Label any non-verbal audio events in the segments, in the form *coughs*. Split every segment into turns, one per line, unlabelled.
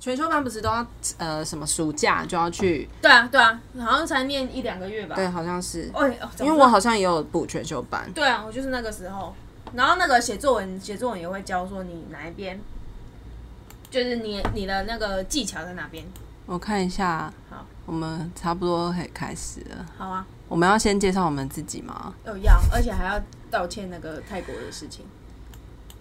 全修班不是都要呃什么暑假就要去？
对啊，对啊，好像才念一两个月吧。
对，好像是，
哦，哦
因为我好像也有补全修班。
对啊，我就是那个时候，然后那个写作文，写作文也会教说你哪一边，就是你你的那个技巧在哪边。
我看一下，
好，
我们差不多可以开始了。
好啊，
我们要先介绍我们自己吗？
有要，而且还要道歉那个泰国的事情。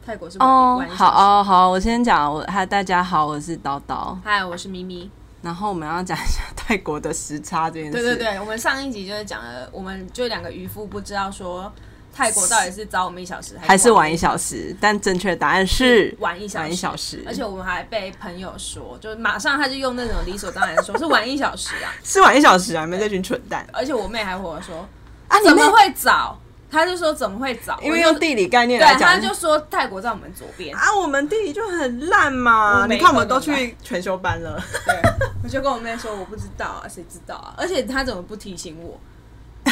泰国是
哦
晚，
好。哦，好，我先讲，我嗨，大家好，我是叨叨。
嗨，我是咪咪。
然后我们要讲一下泰国的时差这件事。
对对对，我们上一集就是讲了，我们就两个渔夫不知道说泰国到底是早我们一小时
还是晚
晚
一小时，但正确答案是
晚一小时
晚一小时，
而且我们还被朋友说，就是马上他就用那种理所当然说是晚一小时啊，
是晚一小时啊！你们这群蠢蛋
而且我妹还和我说
啊！你
呃怎
们
么会早，她就说怎么会早，
因为
我
用
就
地理概念来
对，
讲，
她就说泰国在我们左边，
啊，我们地理就很烂嘛。
我没
你看我们
空
都
怎么
去全修班了，
对，我就跟我妹说我不知道啊，谁知道啊，而且她怎么不提醒我，
*laughs*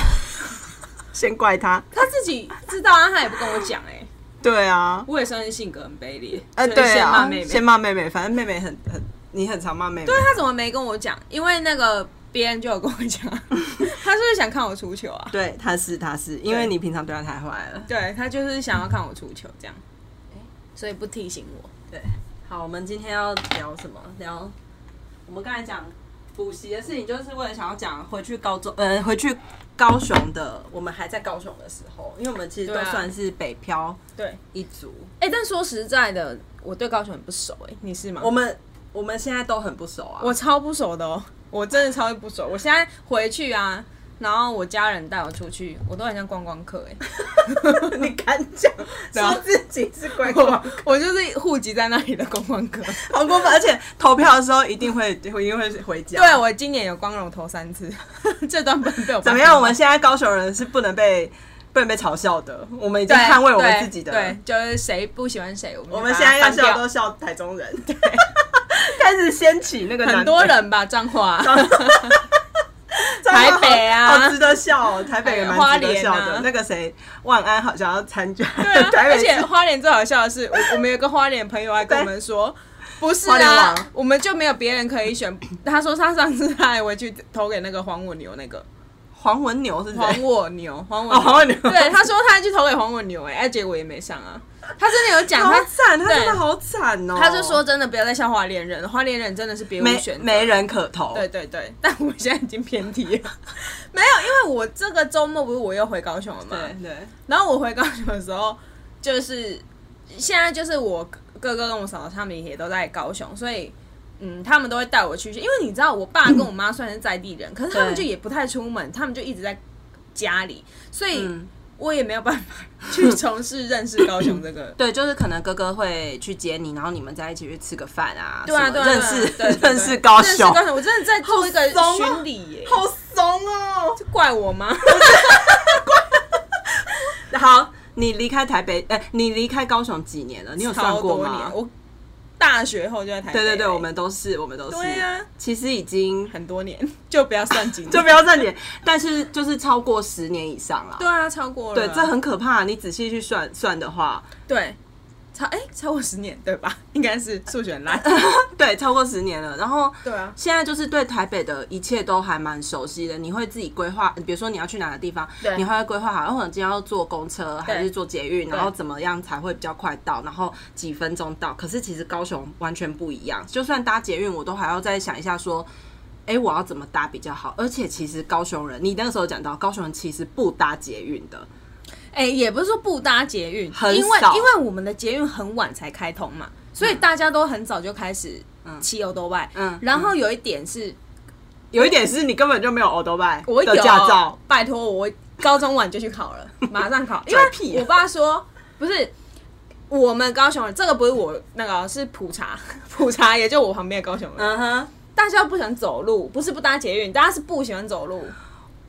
先怪他。
她自己知道啊，她也不跟我讲哎、
对啊，
我也算是性格很卑劣，
呃，
所以
对
先骂
啊
妹，妹，
先骂妹妹，反正妹妹很很，你很常骂妹妹。
对他啊怎么没跟我讲？因为那个别人就有跟我讲， *laughs* 他是不是想看我出球啊？
对，他是他是，因为你平常对他太坏了。
对他就是想要看我出球这样，所以不提醒我。
对，好，我们今天要聊什么？聊我们刚才讲补习的事情，就是为了想要讲回去高中，呃，回去高雄的，我们还在高雄的时候，因为我们其实都
对啊
算是北漂
对，
一族，
哎、但说实在的，我对高雄很不熟哎、你是吗？
我们我们现在都很不熟啊。
我超不熟的哦，我真的超级不熟。啊我现在回去啊，然后我家人带我出去，我都很像观光客哎、
*laughs* 你敢讲
啊
说自己是乖 *laughs* 乖
我，我就是户籍在那里的观光 *laughs* 客。
好过分！而且投票的时候一定会，一定会回家。
对，啊我今年有光荣投三次， *laughs* 这段不能被我
怎么
爸
样？
妈
我们现在高雄人是不能被不能被嘲笑的，我们已经
对
捍卫我们
对
自己的。
对，就是谁不喜欢谁，我们
我
我
们现在要笑
掉
都笑台中人，对， *laughs* 开始掀起那个南
很
北 *laughs*
多人吧，彰 *laughs* 化，
彰化好
台北啊
好值得笑哦，台北也
花
蛮值得
莲
笑
啊
的。那个谁，万安好像要参加，
对啊，
台
而
北
且
是
花莲最好笑的是，我我们有个花莲朋友还跟我
*laughs*
们说。不是
花莲
啊
王，
我们就没有别人可以选。他说他上次他还回去投给那个黄我牛，那个
黄文牛是
黄
谁？
我牛，黄我
哦，黄文牛，
对，他说他还去投给黄我牛、哎，哎，结果也没上啊。他真的有讲，
好
他
惨，他真
对
的好惨哦。
他就说真的不要再笑花莲人了，花莲人真的是别无
没
选择。
没人可投，
对对对，但我现在已经偏题
*laughs*
了。没有，因为我这个周末不是我又回高雄了嘛。
对对，
然后我回高雄的时候，就是现在就是我哥哥跟我嫂嫂他们也都在高雄，所以嗯，他们都会带我去。因为你知道，我爸跟我妈虽然是在地人，可是他们就
对
也不太出门，他们就一直在家里，所以
嗯，
我也没有办法去从事认识高雄这个。
对，就是可能哥哥会去接你，然后你们再一起去吃个饭啊，
对
什
啊，
么
对啊，
*laughs* 认
对啊
识
对对
*laughs*
对
认识高
认
雄
识，高雄，我真的在做一个
好怂啊
巡礼耶，
好怂哦。
是怪我吗？
*laughs* 好，你离开台北，哎、你离开高雄几年了？你有算
超
过
多
吗
年，？我大学后就在台北
对
了。
对对，我们都是，我们都是。
对啊，
其实已经
很多年，就不要算几
*laughs* 就不
年。
要算年，但是就是超过十年以上啦。
对啊，超过了。
对，这很可怕。你仔细去算算的话，
对，超哎、超过十年对吧？ *laughs* 应该是数学很烂。
对，超过十年了。然后
对啊，
现在就是对台北的一切都还蛮熟悉的，你会自己规划，比如说你要去哪个地方
对，
你会规划好，或者今天要坐公车还是坐捷运，
对
然后怎么样才会比较快到，然后几分钟到。可是其实高雄完全不一样，就算搭捷运，我都还要再想一下说。哎，我要怎么搭比较好？而且其实高雄人，你那个时候讲到高雄人其实不搭捷运的，
哎、也不是说不搭捷运，
很
因为
少
因为我们的捷运很晚才开通嘛，所以大家都很早就开始
嗯
骑欧多外。
嗯
然后有一点是
有一点是你根本就没有 o 多拜
我有
的驾照，，
拜托我高中晚就去
*laughs*
考了，马上考，因
拽屁啊
为我爸说不是。我们高雄人，这个不是我那个是普查， *laughs* 普查也就我旁边的高雄人，
嗯哼，
大家不喜欢走路，不是不搭捷运，大家是不喜欢走路。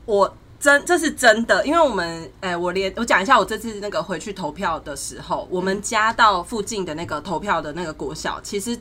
我真这是真的，因为我们哎、我连我讲一下我这次那个回去投票的时候，我们家到附近的那个投票的那个国小，其实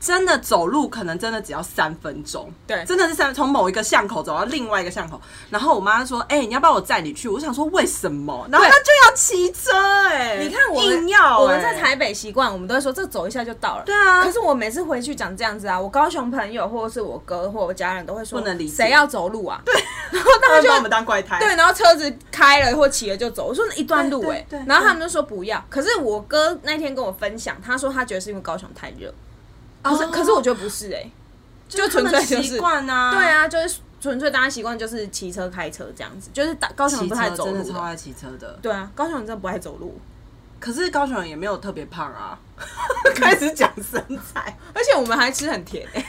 真的走路可能真的只要三分钟，
对
真的是三从某一个巷口走到另外一个巷口。然后我妈说：“哎、你要不要我载你去？”我想说为什么？然后
对
她就要骑车、哎，
你看我们
硬要、
我们在
哎
台北习惯，我们都会说这走一下就到了。
对啊
可是我每次回去讲这样子啊，我高雄朋友或者是我哥或我家人都会说，
不能理解
谁要走路啊？对，然后
他
他们
们
就
把我们当怪胎，
对，然后车子开了或骑了就走。我说一段路
对对
哎、
对
然后他们就说不要。可是我哥那天跟我分享，他说他觉得是因为高雄太热，可是、
哦
可是我觉得不是哎、
就
就是
他
纯
们
粹就是
习惯啊，
对，啊，就是纯粹大家习惯就是骑车开车这样子，就是打高雄人
骑
不太
车
走
真
路
的超爱骑车的。
对啊，高雄人真的不爱走路，
可是高雄人也没有特别胖啊， *laughs* 开始讲身材，
而且我们还吃很甜、欸，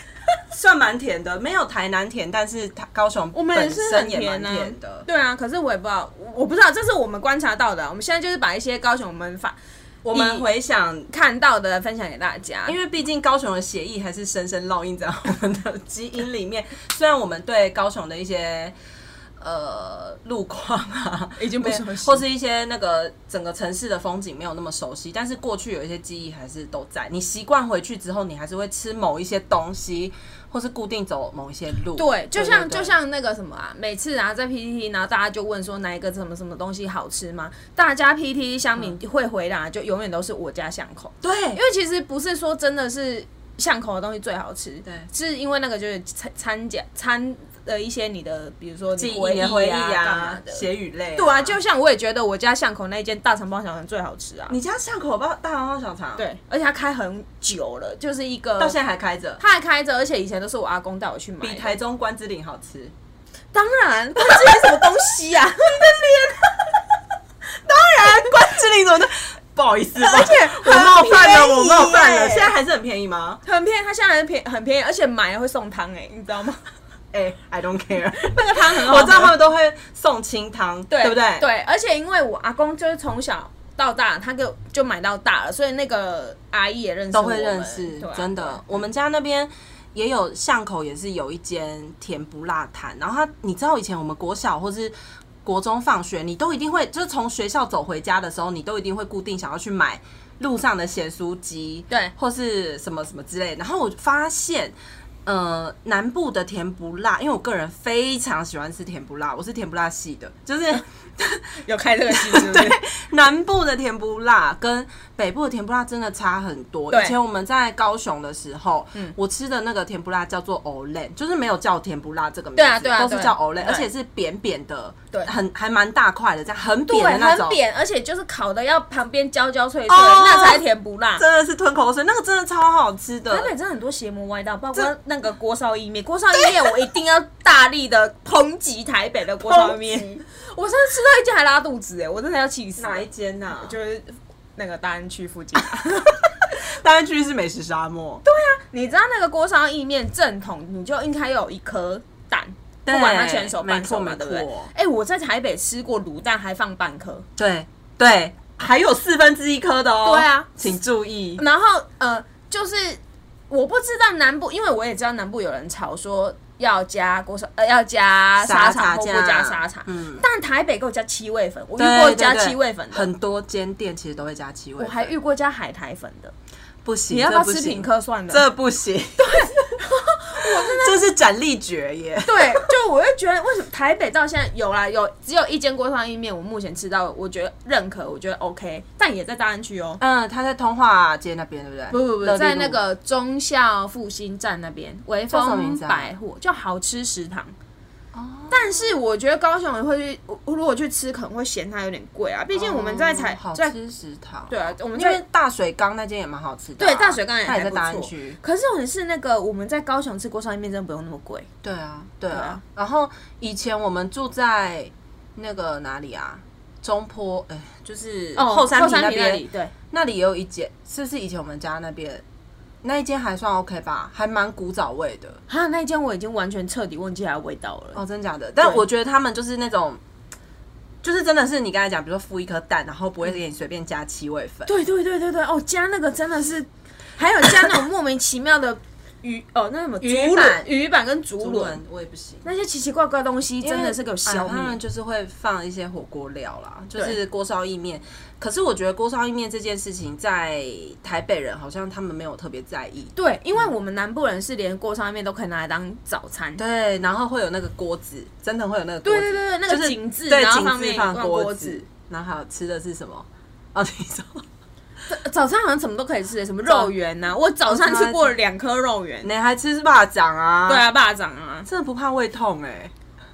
算蛮甜的，没有台南甜，但是它高雄
我们也
本
是
身
很
也蛮
甜啊
甜的。
对啊，可是我也不知道，我我不知道，这是我们观察到的啊、我们现在就是把一些高雄我们发
我们回想，
看到的分享给大家，
因为毕竟高雄的血液还是深深烙印在我们的基因里面。虽然我们对高雄的一些呃路况啊，
已经不
没有
熟悉
或是一些那个整个城市的风景没有那么熟悉，但是过去有一些记忆还是都在。你习惯回去之后，你还是会吃某一些东西，或是固定走某一些路。
对，就像
对对
就像那个什么啊，每次啊在 PTT，然后大家就问说哪一个什么什么东西好吃吗？大家 PTT 乡民会回答，就永远都是我家巷口，
对
因，为其实不是说真的是巷口的东西最好吃，
对
是因为那个就是参参加参的一些你的，比如说
记忆、
回
你的回忆
啊干嘛
啊，
的。
血与泪、
对啊，就像我也觉得我家巷口那间大肠包小肠最好吃啊。
你家巷口包大肠包小肠，，
对，而且它开很久了，就是一个
到现在还开着，
它还开着，而且以前都是我阿公带我去买的。
比台中关之琳好吃。
当然，关之琳什么东西啊？ *laughs*
关之琳怎么的？不好意思，而
且
我
很
冒犯
便宜
了，我冒犯了。
耶
现在还是很便宜吗？
很便宜，它现在很便很便宜，而且买了会送汤哎、你知道吗？
哎、i don't
*laughs*
care。
那个汤很好喝，
我知道他们都会送清汤，
对
不对？，
对，而且因为我阿公就是从小到大，他就就买到大了，所以那个阿姨也认识
都
我
会
们
认识，
对啊
真的。我们家那边也有巷口，也是有一间甜不辣摊。然后他，你知道以前我们国小或是国中放学，你都一定会，就是从学校走回家的时候，你都一定会固定想要去买路上的咸酥鸡， *laughs*
对
或是什么什么之类的。然后我发现。呃，南部的甜不辣，因为我个人非常喜欢吃甜不辣，我是甜不辣系的，就是
*laughs* 有开这个戏，是不是？
南部的甜不辣跟北部的甜不辣真的差很多。
对
以前我们在高雄的时候，
嗯
我吃的那个甜不辣叫做 Olen，就是没有叫甜不辣这个名字，
对啊对啊
都是叫
对
Olen，
对
而且是扁扁的，
对
很还蛮大块的，这样很扁的
对，
那
很
种。
扁，而且就是烤的要旁边焦焦脆脆，
哦
那才甜不辣。
真的是吞口水，那个真的超好吃
台北
的。
真的很多邪魔歪道，包括那个锅烧意面，锅烧意面我一定要大力的抨击台北的锅烧意面。我真的吃到一间还拉肚子哎、我真的要气死了。
哪一间呐、啊？
就是那个大安区附近、啊
大安区是美食沙漠，
*laughs* 你知道那个锅烧意面正统，你就应该有一颗蛋，不
对
管它全熟半熟嘛，
没
对
错
不对
没错？
哎、我在台北吃过卤蛋，还放半颗。
对对，还有四分之一颗的哦。
对啊
请注意。
然后呃，就是我不知道南部，因为我也知道南部有人吵说要加锅烧，呃，要加
沙
沙茶
茶
或不
酱
加沙茶。
嗯
但台北给我加七味粉，我遇
对
过
对
加
对
七味粉的，
很多间店其实都会加七味
我
粉。
还遇过加海苔粉的。
不行，
你要不要
这
吃
行
品客算了？
这不行，对，我真 *laughs* 的这是斩立决耶。
对，就我就觉得为什么台北到现在有啦，有只有一间锅烧意面，我目前吃到，我觉得认可，我觉得 OK，但也在大安区哦。
嗯，他在通化街那边，对不对？
不不不，
乐利路哦
在那个忠孝复兴站那边，微
叫什么
风
名字啊哦
百货就好吃食堂。但是我觉得高雄人会去，我我如果去吃，可能会嫌它有点贵啊。毕竟我们在台、
哦好
在
吃食堂，
对啊，我们
因为
在
大水缸那间也蛮好吃的啊。
对大水缸也
它也在
还不错
大安区。
可是我们是那个我们在高雄吃锅烧意面，真的不用那么贵。
对啊，对
对
啊
啊。
然后以前我们住在那个哪里啊？中坡，哎，就是后山
哦后
坪那
坪那
边
里，对，
那里也有一间，是不是以前我们家那边那一间还算 OK 吧？还蛮古早味的。
还有那一间我已经完全彻底忘记它的味道了。
哦，真假的？但我觉得他们就是那种，就是真的是你刚才讲，比如说孵一颗蛋，然后
嗯
不会给你随便加七味粉。
对对对对对，哦，加那个真的是，还有加那种莫名其妙的鱼哦，那什么
鱼
竹
板
轮、鱼板跟竹
不
轮
轮我也不行。
那些奇奇怪怪的东西，真的是给我消
哎他们
灭。
就是会放一些火锅料啦，就
对
是锅烧意面。可是我觉得锅烧意面这件事情，在台北人好像他们没有特别在意。
对，因为我们南部人是连锅烧面都可以拿来当早餐。
对，然后会有那个锅子，真的会有那个锅
对
子，
对对对，那
就
个
是
景致，
对
然后
景
上
致
面
放
放锅
子，，然后还有吃的是什么？哦，你说 *laughs*
早早餐好像什么都可以吃，什么肉圆呐、我早餐吃过两颗肉圆。
你还吃霸掌啊？
对，啊，霸掌啊，
真的不怕胃痛哎、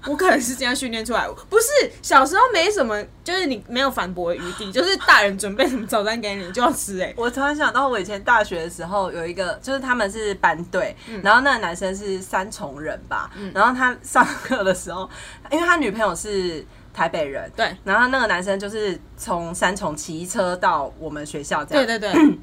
我可能是这样训练出来。不是小时候没什么，就是你没有反驳的余 *laughs* 地，就是大人准备什么早餐给你，你就要吃、哎，
我突然想到，我以前大学的时候有一个，就是他们是班队，
嗯
然后那个男生是三重人吧，然后他上课的时候，因为他女朋友是台北人，
对
然后那个男生就是从三重骑车到我们学校这样，
对对 *laughs* 对，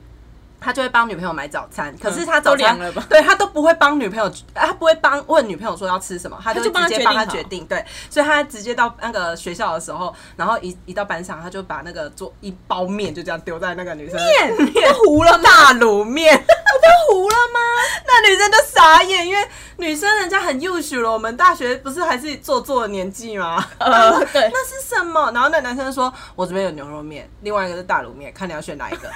他就会帮女朋友买早餐，可是
嗯
他
都
早餐、
凉了吧
对他都不会帮女朋友，他不会帮问女朋友说要吃什么，他
哦就
会
帮
直
他
接
决
帮他
定
决
好
定。对，所以他直接到那个学校的时候，然后一一到班上，他就把那个做一包面就这样丢在那个女生面面糊了大卤面。
都糊了吗？
*laughs* 那女生就傻眼，因为女生人家很优秀了，我们大学不是还是做作的年纪吗？ *laughs*
呃，对，
那是什么？然后那男生说：“我这边有牛肉面，另外一个是大卤面，看你要选哪一个。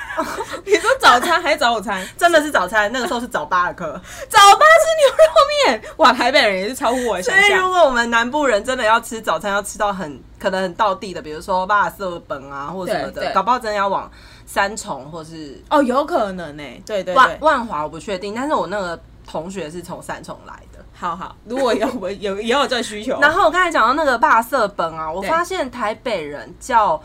你说早餐还是早午餐？”
真的是早餐，那个时候是早八的 *laughs* 课。
早八吃牛肉面，哇，台北人也是超乎我的
所
想
以，如
象。
果我们南部人真的要吃早餐，要吃到很可能很到地的，比如说巴色本啊，或者什么
对
的，
对
搞不好真的要往三重或是
哦，有可能呢、哎对对
万
对，
万华，我不确定。但是我那个同学是从三重来的。
好好，如果 *laughs* 有我有也有这个需求，
然后我刚才讲到那个巴色本啊，我
哦对
发现台北人叫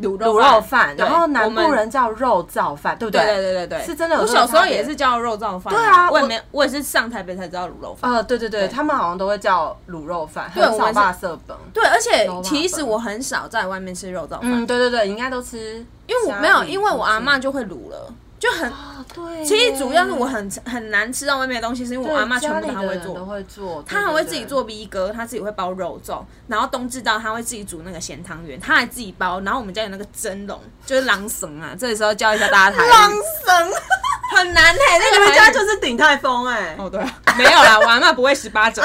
卤
卤肉饭，
对
然后南
我
部
们
人叫肉燥饭，对不
对对对对对，
是真的有
我
这个
小时候
差别
也是叫肉燥饭，
对啊
我也
我
没，我也是上台北才知道卤肉饭。
呃，对对对，
对
他们好像都会叫卤肉饭，
对
很
我们
少
是
巴色本。
对，而且
肉
其
麻
实
粉
我很少在外面吃肉燥饭，
嗯，对对对，应该都吃
因为我
虾
没有，
米
因为我
或是
阿妈就会卤了，就很。
哦，对，
其实主要是我很很难吃到外面的东西，是因为
对
我阿妈全
家
部
里
她
的
会
人都
做，
会做，
她还
对
会
对
自己
对
做逼哥，她自己会包肉粽，然后冬至到她会自己煮那个咸汤圆，她还自己包，然后我们家有那个蒸笼，就是狼绳啊，这个时候教一下大家台语，
浪神，
很难哎、
你
那个
们
台语
家就是鼎泰丰哎、
哦对啊， *laughs* 没有啦， *laughs* 我阿妈不会十八掌。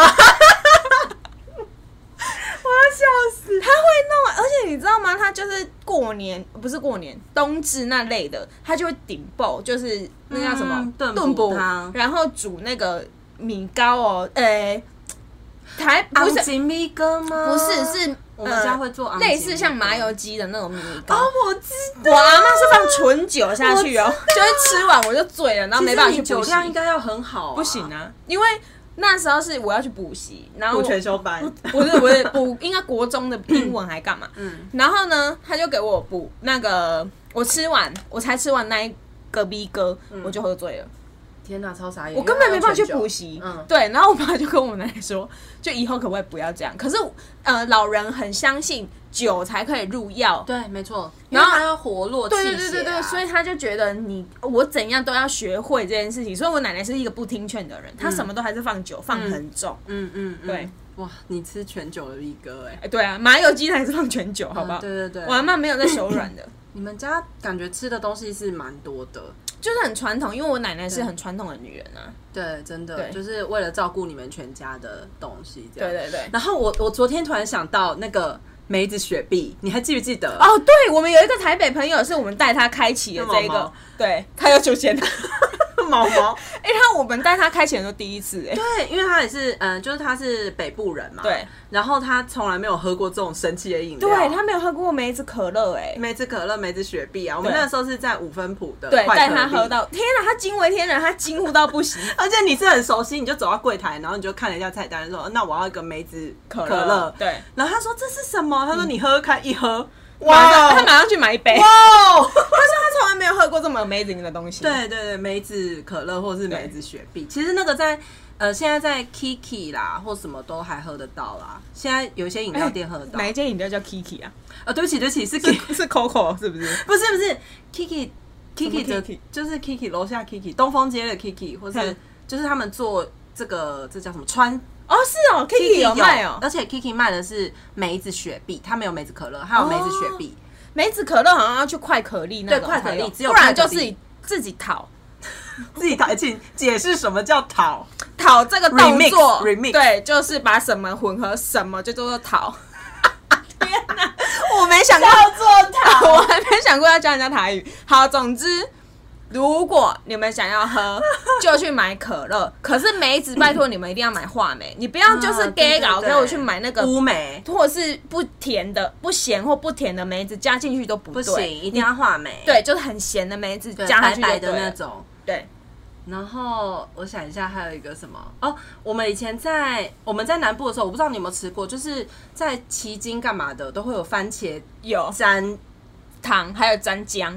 我要笑死！
他会弄，而且你知道吗？他就是过年不是过年，冬至那类的，他就会顶爆，就是那叫什么
嗯炖
炖
补
补
汤，
然后煮那个米糕哦，呃，台不
昂
是
吉米哥吗？
不是是
哦呃我们家会做
呃
昂
类
吉
似
米
像
羹
麻油鸡的那种米糕。
哦，我知
我
道。
阿妈是放纯酒下去哦， *laughs* 就是吃完我就醉了，然
其
后没
实
办法
你
去
酒
补习，
量应该要很好、
不行，啊，因为那时候是我要去补习，然后
补
啊我
全修班。
*laughs* 不是不是 *laughs* 补，应该国中的英文还干嘛？
嗯，
然后呢，他就给我补那个，我吃完，我才吃完那一个 B 哥，
嗯
我就喝醉了，
天哪，超傻眼！
我根本没办法去
因为要
补
劝酒。
习。
嗯
对，然后我爸就跟我奶奶说， *laughs* 就以后可不可以不要这样？可是，呃，老人很相信酒才可以入药。
对，没错。
然后
因为它要活络气
对
血、啊，
对对对对，所以他就觉得你我怎样都要学会这件事情，所以我奶奶是一个不听劝的人，她什么都还是放酒放很重。
嗯嗯嗯，
对。
哇，你吃全酒的一哥哎、
哎、对啊，麻油鸡还是放全酒，好不好？
嗯对对对
我阿妈没有在手软 *laughs* 的，
你们家感觉吃的东西是蛮多的。
就是很传统，因为我奶奶是很传统的女人啊。
对，真的
对
就是为了照顾你们全家的东西，这样。
对对对
然后我我昨天突然想到那个梅子雪碧，你还记不记
*laughs*
得？
哦，对，我们有一个台北朋友，是我们带他开启的这一
那毛毛
个，对他要求签，
毛毛。
哎，他我们带他开启的都第一次，哎，
对，因为他也是，嗯、就是他是北部人嘛，
对。
然后他从来没有喝过这种神奇的饮料，
对他啊没有喝过梅子可乐，哎，
梅子可乐、梅子雪碧啊，我们
对
那时候是在五分埔的，
对，带他喝。到，天哪，他惊为天人，他惊呼到不行，
而且你是很熟悉，你就走到柜台，然后你就看了一下菜单，说：“哦那我要一个梅子可乐。”
对，嗯
然后他说这是什么？他说你喝喝看，一喝，
马
哇
上他
哦，
马上去买一杯，
哇哦！
他从来没有喝过这么 amazing 的东西，，
对对对，梅子可乐或是梅子雪碧，其实那个在呃现在在 Kiki 啦或什么都还喝得到啦。现在有一些饮料店喝得到。
哪一间饮料叫 Kiki 啊？
呃，对不起对不起，哎是 Kiki，
是 *laughs* 是 Coco 是不是？
不是不是 Kiki Kiki 的
Kiki？，
就是 Kiki 楼下 Kiki 东风街的 Kiki，或是
嗯
就是他们做这个这叫什么川
哦，是哦，Kiki 有卖哦，
而且 Kiki 卖的是梅子雪碧，它没有梅子可乐，还有梅子雪碧。
梅子可乐好像要去快可丽那种
对快可丽
才有
只有
不然
快可
就
丽
自己自己讨。
自己来请解释什么叫讨。
讨这个动作
Remix，remix
对，就是把什么混合什么，就叫做讨。 *laughs* 天哪，我没想到，
做
*laughs* 我还没想过要教人家台语。好，总之，如果你们想要
*laughs*
喝，就去买可乐。可是梅
*coughs*
子，拜托你们一定要买话梅，你不要就是
啊对对
gay 搞，
对
给我去买那个
乌梅
或者是不甜的、不咸或不甜的梅子加进去都不
不
对，
行，一定要画眉，
对，就是很咸的梅子
对，
加下
白
去
白
就
的
对
那
了
种。
对，
然后我想一下，还有一个什么哦？我们以前在我们在南部的时候，我不知道你有没有吃过，就是在旗津干嘛的都会有番茄
哦有
沾
糖，还有沾姜，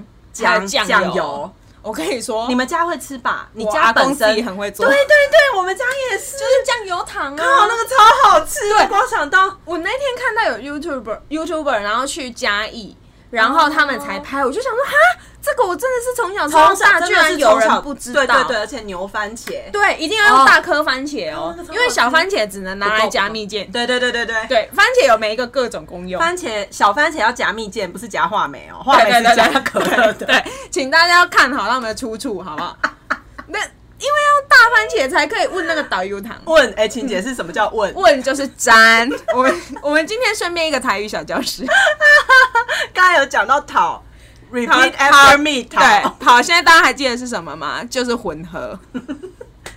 还
酱
有酱
酱
油。我跟你说，
你们家会吃吧？你
我
家
阿公
本
自己
身
很会
对
做，
对对，我们家也是，
就是酱油糖啊。
哦，那个超好吃，
对
我光想到
我那天看到有 YouTuber YouTuber，然后去嘉义，然后他们才拍，我就想说，哈，这个我真的是从小吃到
哦从
大，
小
居
真的是
然有
从
人
小
不知
对
道。
对对，而且牛番茄，
对一定要用大颗番茄
哦
哦
那个超好，吃
因为小番茄只能拿
不
来
够
加蜜饯。
对对对对对。
对，番茄有每一个各种功用。
番茄小番茄要夹蜜饯，不是夹话梅哦，话梅是加可乐的。
对，请大家要看好他们的出处，好
*laughs*
不好？那因为要大番茄才可以问那个导游堂，
问哎，晴姐是什么叫问？
问就是粘。我们我们今天顺便一个台语小教室，
刚才有讲到讨，repeat
讨
after me，讨
对，好，现在大家还记得是什么吗？就是混合，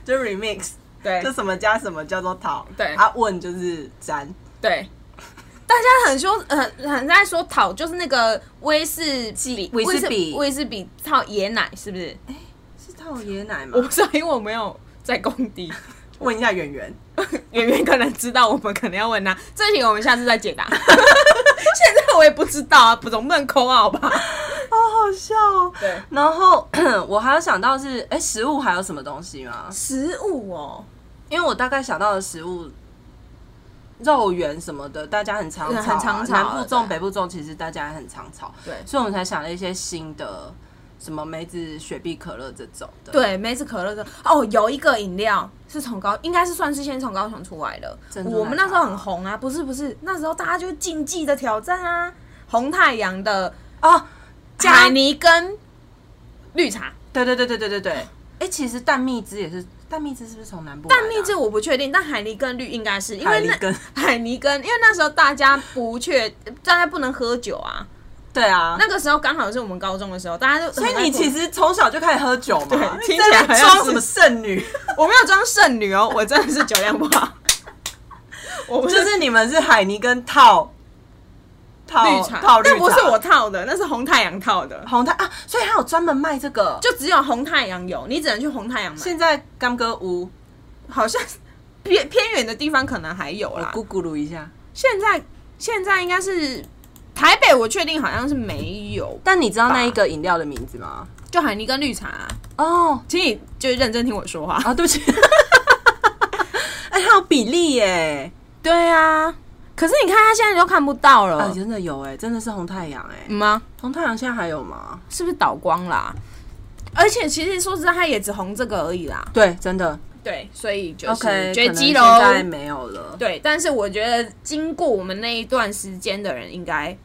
就 remix，
*laughs* 对
就什么加什么叫做讨。
对
啊问就是沾，
对。大家很说，很很在说讨，就是那个威士忌、
威士比
威士比套椰奶，是不 *laughs* 是？
是讨椰奶吗
我？不知道，因为我没有在工地。 *laughs*
问一下圆圆，
圆圆可能知道，我们可能要问他。这题我们下次再解答。 *laughs* 现在我也不知道啊，不总不能抠啊，好吧？
好好笑哦。
对，
然后 *coughs* 我还有想到是，哎，食物还有什么东西吗？
食物哦，
因为我大概想到的食物，肉圆什么的，大家很常炒、啊，
嗯很常炒
南部
对
种、北部种，其实大家也很常炒，
对
所以我们才想了一些新的，什么梅子雪碧、可乐这种的。，
对，梅子可乐的哦，有一个饮料是从高，应该是算是先从高雄出来的
珍。珠奶茶
我们那时候很红啊，不是不是，那时候大家就是竞技的挑战啊，红太阳的
哦，
海泥跟绿茶。
对对对对对对对。哎、其实蛋蜜汁也是，蛋蜜汁是不是从南部来的啊？
但蜜汁我不确定，但海泥跟绿应该是因
海
为
泥
那
根
*laughs* 海泥根，因为那时候大家不确，大家不能喝酒啊，
对啊。
那个时候刚好是我们高中的时候，大家就
所以你其实从小就开始喝酒嘛？
对
你
听起
在
来
那边
好像
装什么剩女？
我没有装剩女哦，我真的是酒量不好， *laughs* 我不
就是是你们是海尼跟套套
绿茶，
套绿茶，
那不是我套的，那是红太阳套的，
红太啊，所以他有专门卖这个。
就只有红太阳有，你只能去红太阳买，
现在干哥屋，
好像偏偏远的地方可能还有
我
啦。
咕咕噜一下。
现在现在应该是台北，我确定好像是没有，
但你知道那一个饮料的名字吗？
就海尼跟绿茶、啊，
哦
请你就是认真听我说话。
啊， *laughs* 对不起。哎、还有比例耶！
对啊，可是你看他现在都看不到了，
啊，真的有哎，真的是红太阳哎。
嗯吗？
红太阳现在还有吗？
是不是倒光啦、而且其实说实在，他也只红这个而已啦。
对，真的。
对，所以就是
OK，
绝
可能
迹
现在
喽。
没有了。
对，但是我觉得经过我们那一段时间的人，应该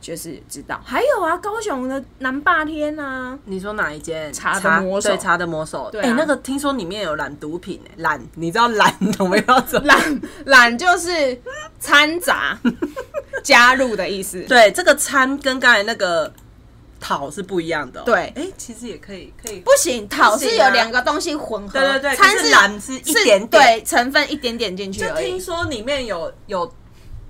就是知道。还有啊，高雄的南霸天啊，
你说哪一间
茶的魔手
对，茶的魔手。
对啊
哎、那个听说里面有染毒品哎，染，你知道染有没有怎么？
懒懒就是掺
*laughs*
杂加入的意思。
对，这个餐跟刚才那个讨是不一样的哦、
对
哎、其实也可以，可以
不行，讨是有两个东西混合，
啊对对对
掺
可是懒是一点点
对，成分一点点进去
就
而
听
已。
说里面有有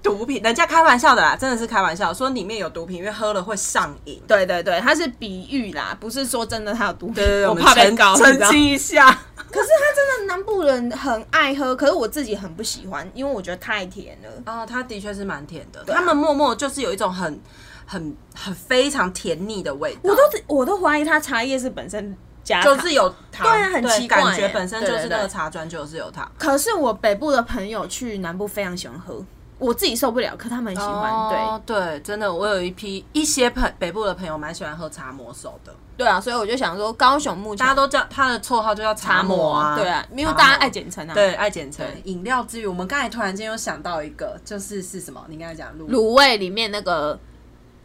毒品，人家开玩笑的啦，真的是开玩笑，说里面有毒品，因为喝了会上瘾。
对对对，它是比喻啦，不是说真的它有毒品。
对对对，
我
们
怕被
澄
告，你知
澄
道吗
清一 *laughs* 下。
可是它真的南部人很爱喝，可是我自己很不喜欢，因为我觉得太甜了。
哦，它的确是蛮甜的，
啊
他们默默就是有一种很很很非常甜腻的味道，
我都我都怀疑它茶叶是本身加糖
就是有糖，
对啊很奇怪
感觉
欸
本身就是
对对
那个
对
茶砖就是有糖。
可是我北部的朋友去南部非常喜欢喝，我自己受不了，可他们很喜欢。
哦对，真的，我有一批一些朋北部的朋友蛮喜欢喝茶魔手的，
对对啊，所以我就想说，高雄目前
大家都叫他的绰号就叫茶
茶
魔
魔
啊，
对啊，因为
茶
大
魔
家爱简称啊。，
对，爱简称
对
饮料之余，我们刚才突然间又想到一个，就是是什么？你刚才讲露
卤味里面那个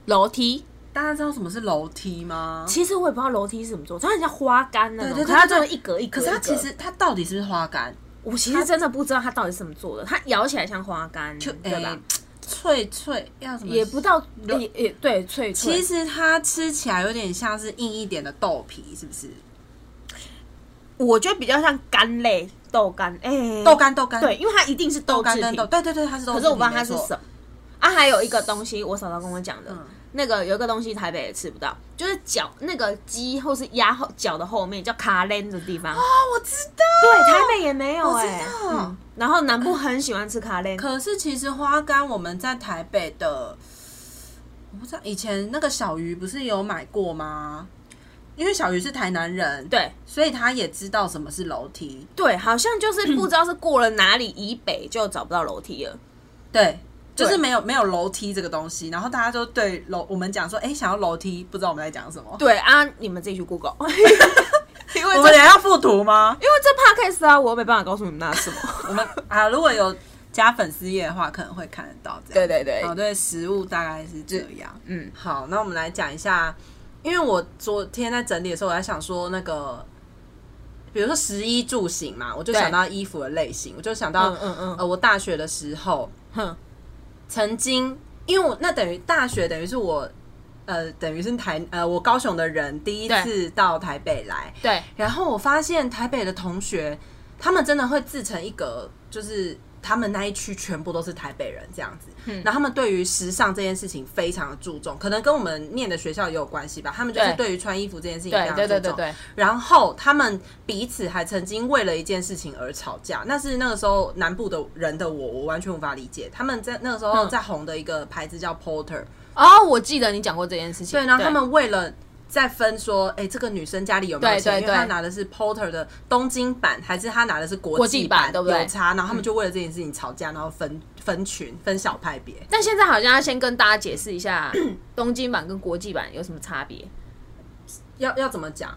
楼梯
大家知道什么是楼梯吗？
其实我也不知道楼梯是怎么做，它很像花杆那种，
对对对
可它
对
做
对
一格一格
可
一
是
格。
它其实它到底是不是花杆？
我其实真的不知道它到底是怎么做的，它摇起来像花杆，
就
对吧？
诶脆脆要什么？
也不到也也对脆脆，
其实它吃起来有点像是硬一点的豆皮，是不是？
我觉得比较像干类豆干，哎，
豆干豆干
对，因为它一定是豆
豆干
制
跟
品
豆，，对对对，它是豆制
可
品。
是我不知道它是
没错
什么。啊，还有一个东西，我嫂嫂跟我讲的，
嗯
那个有一个东西台北也吃不到，就是脚那个鸡或是鸭后脚的后面叫卡len的地方，
哦，我知道。
对，台北也没有
我知
哎、
道
嗯，然后南部很喜欢吃卡len，e
可是其实花干我们在台北的，我不知道以前那个小鱼不是有买过吗？因为小鱼是台南人，，
对
所以他也知道什么是楼梯。
对，好像就是不知道是过了哪里以北就找不到楼梯了。
对，就是
对
没有没有楼梯这个东西，然后大家就对楼我们讲说，哎、想要楼梯，不知道我们在讲什么。
对啊，你们自己去 Google，因为
我
这
们等一下要附图吗？
因为这 podcast 啊，我没办法告诉你们那是什么。
我们啊，如果有加粉丝页的话，可能会看得到这样。
对对对
哦， *laughs* 对，食物大概是这样。
嗯，
好，那我们来讲一下，因为我昨天在整理的时候，我在想说那个，比如说食衣住行嘛，我就
对
想到衣服的类型，我就想到，
嗯嗯嗯，
呃，我大学的时候
哼，
曾经，因为我那等于大学等于是我，呃，等于是台呃我高雄的人第一
对
次到台北来，
对，
然后我发现台北的同学，他们真的会自成一格，就是他们那一区全部都是台北人这样子。
嗯
然后他们对于时尚这件事情非常的注重，可能跟我们念的学校也有关系吧。他们就是
对
对于穿衣服这件事情非
对
常注
对
重。
对对对，
然后他们彼此还曾经为了一件事情而吵架，那是那个时候南部的人的我，我完全无法理解。他们在那个时候
嗯
在红的一个牌子叫 Porter，、
哦，我记得你讲过这件事情。
对，然后他们为了再分说，哎、这个女生家里有没有
对
钱？
对
因为她
对
拿的是 Porter 的东京版，还是她拿的是国
国
际
际版对不对
有差，然后他们就为了这件事情吵架，然后分分群、分小派别。
但现在好像要先跟大家解释一 *clears throat* 下东京版跟国际版有什么差别，因
要要怎么讲？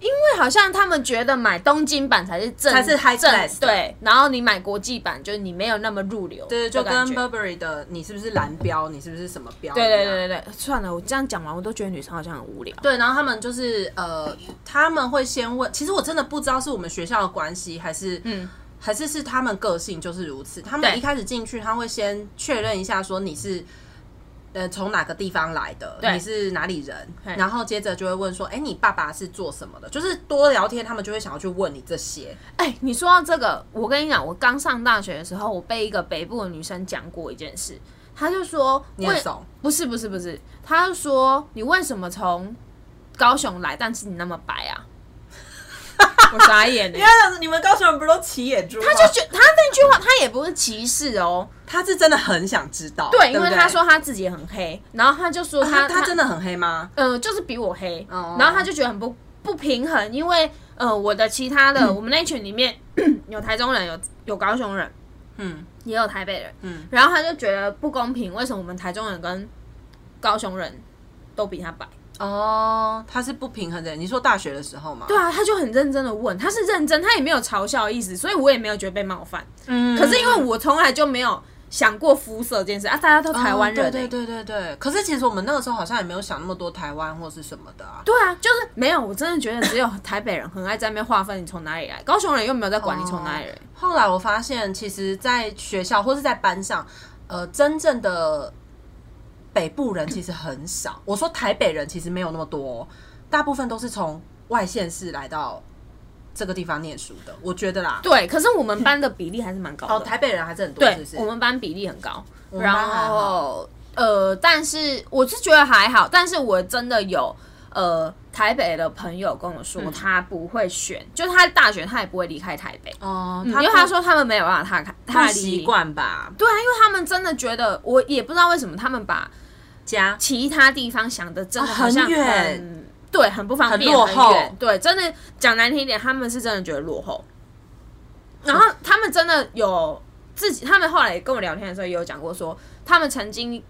为好像他们觉得买东京版才是正
才是 high
正
class 的
对，然后你买国际版就是你没有那么入流，
对，就
的感
跟
觉
Burberry 的你是不是蓝标，你是不是什么标一
对
样？
对对对对，算了，我这样讲完我都觉得女生好像很无聊。
对，然后他们就是呃，他们会先问，其实我真的不知道是我们学校的关系，还是
嗯，
还是是他们个性就是如此。他们
对
一开始进去，他会先确认一下说你是。呃，从哪个地方来的？
对
你是哪里人？
嘿
然后接着就会问说，哎、你爸爸是做什么的？就是多聊天，他们就会想要去问你这些。
哎、你说到这个，我跟你讲，我刚上大学的时候，我被一个北部的女生讲过一件事，她就说
你很
为
怂
不是不是不是，她就说你为什么从高雄来，但是你那么白啊？ *laughs* 我傻眼
*laughs*
呢、欸，
看，你们高雄人不是都骑野猪？他
她就觉她那句话，她也不是歧视哦，
他是真的很想知道，
对，
对，
因为
不
她说她自己很黑，然后她就说
啊他
她、
他真的很黑吗？
呃，就是比我黑，
哦
然后他就觉得很不不平衡，因为呃，我的其他的、我们那一群里面 *clears throat* 有台中人，有有高雄人，
嗯，
也有台北人，
嗯，
然后他就觉得不公平，为什么我们台中人跟高雄人都比他白？
哦，他是不平衡的人。你说大学的时候吗？
对啊，他就很认真的问，他是认真，他也没有嘲笑的意思，所以我也没有觉得被冒犯。
嗯
可是因为我从来就没有想过肤色这件事啊，大家都台湾人、欸
哦对对对对对。可是其实我们那个时候好像也没有想那么多台湾或是什么的啊。
对啊，就是没有，我真的觉得只有台北人很爱在那边划分你从哪里来，高雄人又没有在管你从哪里来。
后来我发现，其实，在学校或是在班上，呃，真正的北部人其实很少。我说台北人其实没有那么多、大部分都是从外县市来到这个地方念书的。我觉得啦，
对，可是我们班的比例还是蛮高的。
哦，台北人还是很多，
对
是不是？
我们班比例很高。
们班还
然后呃，但是我是觉得还好，但是我真的有呃台北的朋友跟我
嗯
说，他不会选，就是他大学他也不会离开台北，
哦，
因为
不
他说他们没有办法踏
不
踏离
习。惯吧，
对啊，因为他们真的觉得，我也不知道为什么他们把
家
其他地方想的真的
哦
好像
很远
很对，很不方便，
很落后
远对，真的讲难听一点，他们是真的觉得落后。然后他们真的有自己，他们后来跟我聊天的时候也有讲过说，他们曾经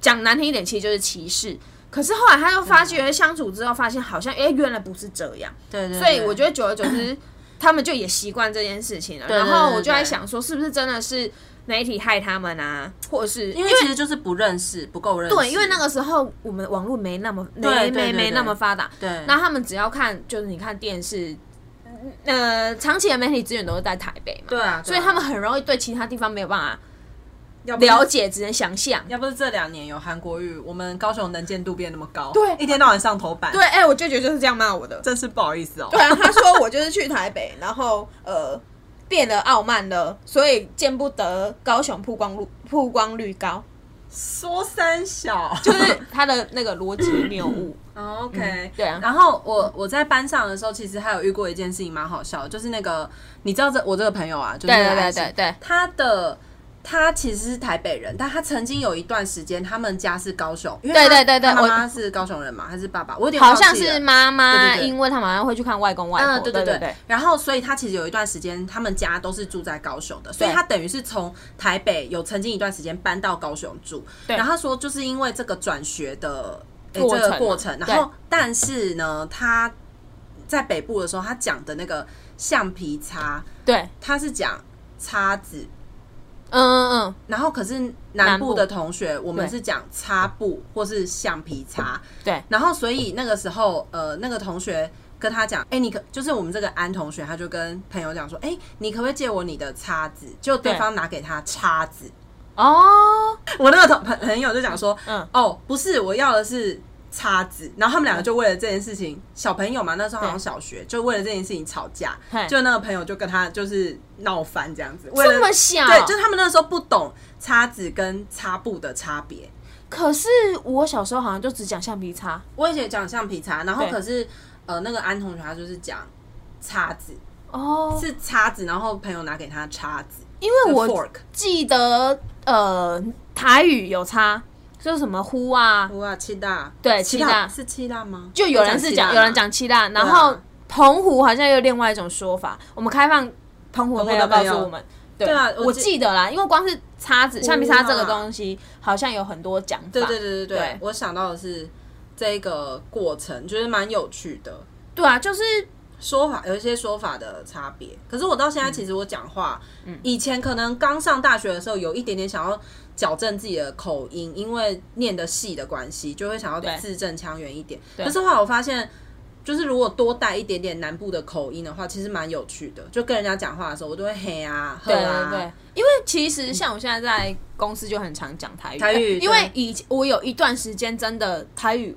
讲难听一点，其实就是歧视。可是后来他又发
嗯
觉相处之后，发现好像哎、原来不是这样，
对对对。
所以我
*coughs*
觉得久而久之，他们就也习惯这件事情了。
对对
然后我
对
就在
对
想说，是不是真的是媒体害他们啊，或者是
因为其实就是不认识，不够认识。
对，因为那个时候我们网络没那么没
对对
没
对
没
对
那么发达，
对，
那他们只要看就是你看电视，呃，长期的媒体资源都是在台北嘛，
对啊，对啊
所以他们很容易对其他地方没有办法
要不是
了解，只能想象。
要不是这两年有韩国语，我们高雄能见度变那么高，
对
一天到晚上头版，
对，，哎、我舅舅就是这样骂我的。
真是不好意思哦。
对啊，他说我就是去台北，然后呃变得傲慢了，所以见不得高雄曝光率曝光率高，
说三小，
就是他的那个逻辑谬误，
哦 OK，、
对啊
然后我我在班上的时候，其实还有遇过一件事情蛮好笑的，就是那个你知道这我这个朋友啊，就是
*laughs* 对
那个
对
安
对
心
对对，
他的他其实是台北人，但他曾经有一段时间他们家是高雄，因为他
对对对对
他妈
我
妈是高雄人嘛，还是爸爸？我有点
好
忘记
像
了
是妈
对
妈，
对对
因为他们好像会去看外公外婆，
嗯，对
对
对
对，
然后，所以他其实有一段时间，他们家都是住在高雄的，所以
对
他等于是从台北有曾经一段时间搬到高雄住。
对
然后他说，就是因为这个转学的、诶
过
这个
程
过
嘛
程，
对
然后但是呢，他在北部的时候，他讲的那个橡皮擦，
对，
他是讲叉子，
嗯嗯嗯，
然后可是
南
南
部
部的同学，我们
对
是讲擦布或是橡皮擦。
对，
然后所以那个时候，呃，那个同学跟他讲，哎、你可就是我们这个安同学，他就跟朋友讲说，哎、你可不可以借我你的叉子？就对
对
方拿给他叉子，
哦，
我那个同朋朋友就讲说，
嗯
哦，不是，我要的是。叉子，然后他们两个就为了这件事情，小朋友嘛，那时候好像
对
小学，就为了这件事情吵架
嘿，
就那个朋友就跟他就是闹翻这样子，为了
这么小，
对，就是他们那时候不懂叉子跟擦布的差别。
可是我小时候好像就只讲橡皮擦，
我以前讲橡皮擦，然后
对
可是呃那个安同学他就是讲叉子
哦，
是叉子，然后朋友拿给他叉子，
因为
是
我
fork
记得呃台语有擦，就是什么呼啊，
哇七大
对
七
七大
是七大吗？
就有人是讲
我
有人讲七大，然后
对啊
澎湖好像有另外一种说法，我们开放澎湖的朋友告
澎湖的
诉
朋友
我们。对
对啊我
我
记
记得啦，因为光是擦子、橡皮擦这个
呼啊
东西，好像有很多讲法。
七大。对对对对对
对，
我想到的是这个过程，觉得蛮有趣的。
对啊，就是
说法有一些说法的差别，可是我到
嗯
现在其实我讲话，以前可能刚上大学的时候有一点点想要矫正自己的口音，因为念的系的关系，就会想
对
要字正腔圆一点。
对
可是后来我发现，就是如果多带一点点南部的口音的话，其实蛮有趣的。就跟人家讲话的时候，我都会嘿啊、呵
对
啊，
对对，因为其实像我现在在公司就很常讲台语，
台语
因为
对
以前我有一段时间真的台语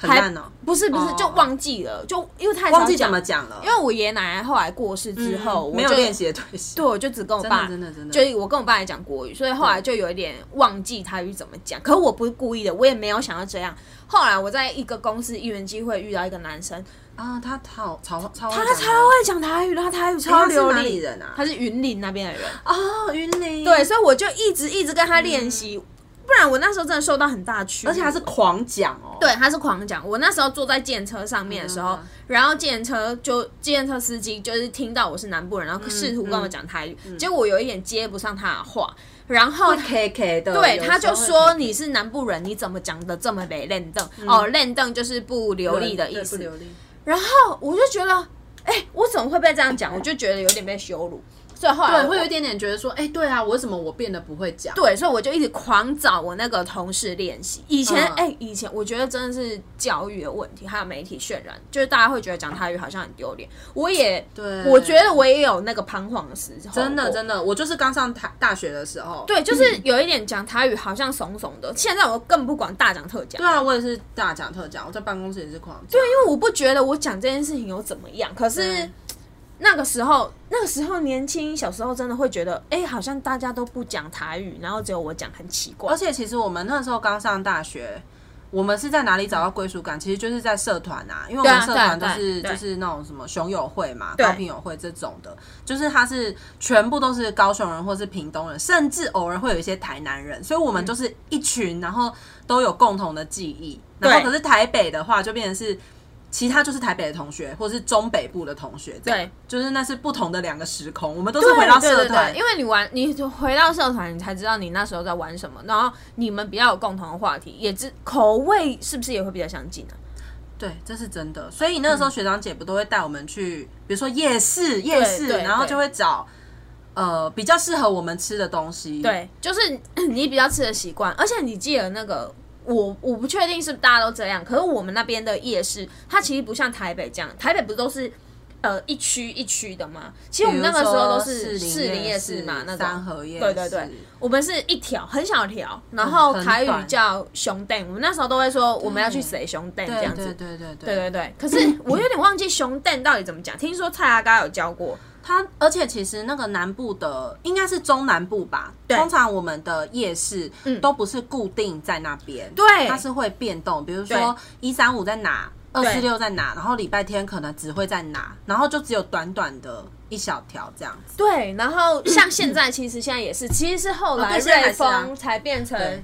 很烂哦、
不是不是
哦
就忘记了，就因为太
忘记怎
常讲
么，讲了，嗯
因为我爷爷奶奶后来过世之后，我
没有
就
练习的东西
对，，我就只跟我
真
爸
的真的真的，
就我跟我爸也讲国语，所以后
嗯
来就有一点忘记台语怎么讲。可我不是故意的，我也没有想要这样。后来我在一个公司因缘机会遇到一个男生，
啊，他超超超
他
会讲
超
啊
会讲台语的，他台语超流
他是哪里
利。
人啊
他是云林那边的人，
哦，云林
对，，所以我就一直一直跟他练习，不然我那时候真的受到很大屈
嗯
辱，
而且他是狂讲哦，
对，他是狂讲。我那时候坐在电车上面的时候，
嗯
然后电车就电车司机就是听到我是南部人，然
嗯
后试图跟我讲台语，结果我有一点接不上他的话，然后
会 K K 的，
对，
有
他
时
就
候会
说
KK
你是南部人，你怎么讲的这么没练凳？哦，练凳就是不流利的
对
意思
不。流利
然后我就觉得，哎、我怎么会被这样讲？我就觉得有点被羞辱，所以后来
对，
我
会有一点点觉得说，哎、对啊，为什么我变得不会讲？
对，所以我就一直狂找我那个同事练习。以前，
嗯
哎、以前我觉得真的是教育的问题，还有媒体渲染，就是大家会觉得讲台语好像很丢脸。我也，
对
我觉得我也有那个彷徨的时候，
真的
的。
真的，我就是刚上台大学的时候，
对，就是有一点讲台语好像怂怂的。现在我更不管大讲特讲，
对啊，我也是大讲特讲，我在办公室也是狂讲，
对，因为我不觉得我讲这件事情有怎么样，可是
嗯
那个时候，那个时候年轻，小时候真的会觉得，哎、好像大家都不讲台语，然后只有我讲，很奇怪
而。且其实我们那时候刚上大学。我们是在哪里找到归属感？其实就是在社团啊，因为我
对啊
们社团都
对啊
是
对啊
就是那种什么熊友会嘛、
对
高平友会这种的，就是他是全部都是高雄人或是屏东人，甚至偶尔会有一些台南人，所以我们
嗯
就是一群，然后都有共同的记忆。然后
对
可是台北的话，就变成是其他就是台北的同学，或是中北部的同学，这样
对，
就是那是不同的两个时空，我们哦都是回到社团
对对对，因为你玩，你回到社团，你才知道你那时候在玩什么，然后你们比较有共同的话题，也知口味是不是也会比较相近啊？
对，这是真的。所
嗯
以那个时候学长姐不都会带我们去，比如说夜市，夜市，
对对
然后就会找呃比较适合我们吃的东西。，
对，
嗯就是你比较吃的习惯，而且你记得那个，我我不确定是不是大家都这样，可是我们那边的夜市，它其实不像台北这样，台北不都是呃一区一区的吗？其实我们那个时候都是
士
士林
林
夜
市
市嘛，那
三
种。
合夜市，嗯
对对对，我们是一条很小条，然后
很
台语
短
叫熊蛋，我们那时候都会说我们要去谁熊蛋这
对
样
对
子。
对对对
对对对，可是我有点忘记熊蛋到底怎么讲，听说蔡阿嘎有教过，
它而且其实那个南部的应该是中南部吧，通常我们的夜市都不是固定在那边，
嗯对
它是会变动，比如
对
说一三五在哪，二
对
四六在哪，然后礼拜天可能只会在哪，然后就只有短短的一小条这样子。
对，然
*clears throat*
后像现在，其实现在也是，其实是后来
哦对现在
瑞
还是啊
丰才变成
对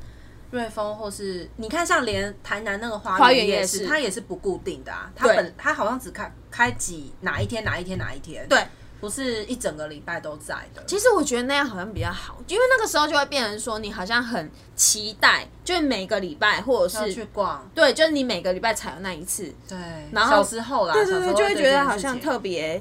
瑞丰或是你看，像连台南那个
花
花
园
园
夜
夜
市
市，它也是不固定的啊。它
对
本它好像只开开几哪一天哪一天哪一天，
对，
不是一整个礼拜都在的。
其实我觉得那样好像比较好，因为那个时候就会变成说，你好像很期待，就是每个礼拜或者
要
是
去逛，
对，就是你每个礼拜才有那一次，
对，
然后
小时候啦，
对
小
对
时
对，
候
就会
这
觉得
件
好
事
像
情
特别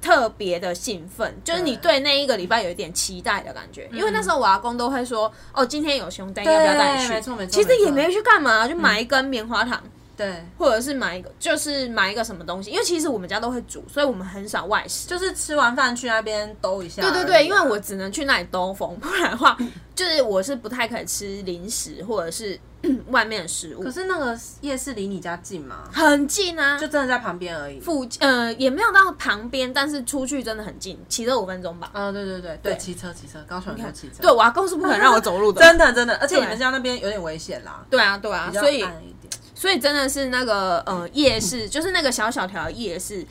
特别的兴奋，就是你对那一个礼拜有一点期待的感觉。因为那时候我阿公都会说，哦，今天有熊蛋，要不要带你
嗯
去？
对没错没错
其实
没错嗯
也没去干嘛，就买一根棉花糖。
对，
或者是买一个，就是买一个什么东西，因为其实我们家都会煮，所以我们很少外食。
就是吃完饭去那边兜一下而已
对
啊。
对对，因为我只能去那里兜风，不然的话，就是我是不太可以吃零食或者是 *clears throat* 外面的食物
可。是那个夜市离你家近吗？
很近啊，
就
就
真的在旁边而已。
附呃也没有到旁边，但是出去真的很近，骑车五分钟吧。
啊，对对对对，骑车骑车，高雄人都骑车。
对，我阿公是不肯让我走路的。
*laughs* 真的真的，而且你
对
们家那边有点危险啦，
对啊，对啊，
比较
所以
暗一点。
所以真的是那个呃夜市，就是那个小小条的夜市，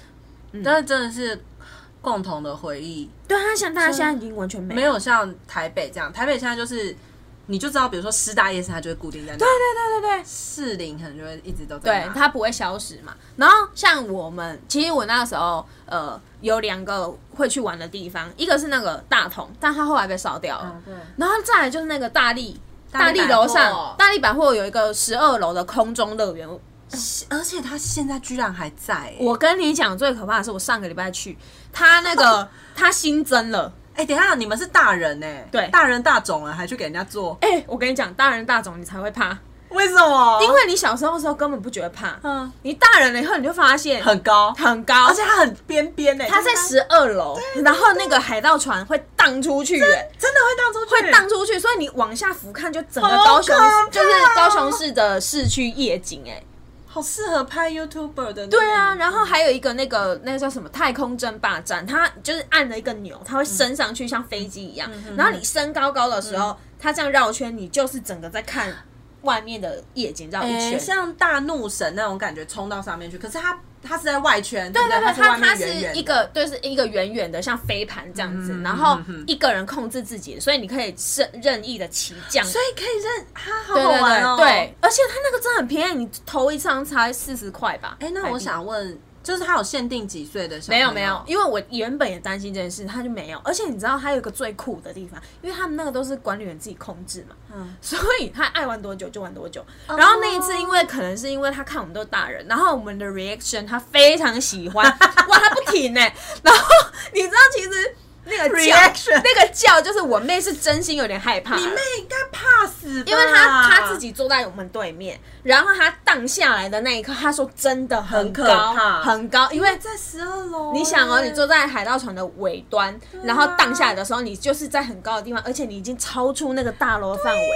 但是真的是共同的回忆，
对啊，像大家现在已经完全没
没有像台北这样。台北现在就是，你就知道，比如说师大夜市，它就会固定在那。对对
对对对，
士林可能就会一直都在
对
那。，
它不会消失嘛。然后像我们，其实我那个时候，呃，有两个会去玩的地方，一个是那个大同，但它后来被烧掉了。
嗯对
然后再来就是那个大力，大
大力
力
百
楼
货
上，大力百货有一个十二楼的空中乐园。
而且它现在居然还在、欸。
我跟你讲，最可怕的是我上个礼拜去，它
*laughs*
那个它新增了。
哎、等一下，你们是大人哎、
对
大人大种了，还去给人家做，
哎、我跟你讲，大人大种你才会怕，
为什么？
*laughs* 因为你小时候的时候根本不觉得怕，
嗯，
你大人了以后你就发现
很高，
很高，
而且它很边边哎，
它在
就是
十二楼，然后那个海盗船会荡出去、欸，
真的会荡出去，
会荡出去，所以你往下俯瞰，就整个
好
高雄
可怕哦
就是高雄市的市区夜景、欸，哎，
好适合拍 YouTuber 的。
对啊，，然后还有一个那个那个叫什么太空争霸战，它就是按了一个钮，它会升上去，像飞机
嗯
一样，然后你升高高的时候，它这样绕圈，你就是整个在看外面的夜景绕一
哎、
圈。
像大怒神那种感觉冲到上面去，可是它它是在外圈，
对
对
对
不
对，
它
它
是
它
外
是
面圆圆的
一个就是一个圆圆的，像飞盘这样子，
嗯
然后
嗯嗯嗯
一个人控制自己，所以你可以任任意的起降。
所以可以认它好
对
好
对
玩哦。
对对，而且它那个真的很便宜，你投一张才四十块吧？
哎、那我想问，就是它有限定几岁的小朋
没
友？
有没有，因为我原本也担心这件事，它就没有。而且你知道它有一个最酷的地方，因为他们那个都是管理员自己控制嘛，
嗯
所以他爱玩多久就玩多久。然后那一次，因为可能是因为他看我们都是大人，然后我们的 reaction 他非常
*laughs*
喜欢，哇，他不停呢、欸然后你知道，其实
*laughs*
那个叫
Reaction
那个叫就是我妹是真心有点害怕的，
你妹啊应该怕死吧，
因为她她自己坐在我们对面，然后她荡下来的那一刻，她说真的很
很可
高
怕
很高，因为
在十二楼欸，
你想哦，你坐在海盗船的尾端，
啊
啊然后荡下来的时候，你就是在很高的地方，而且你已经超出那个大楼的范围。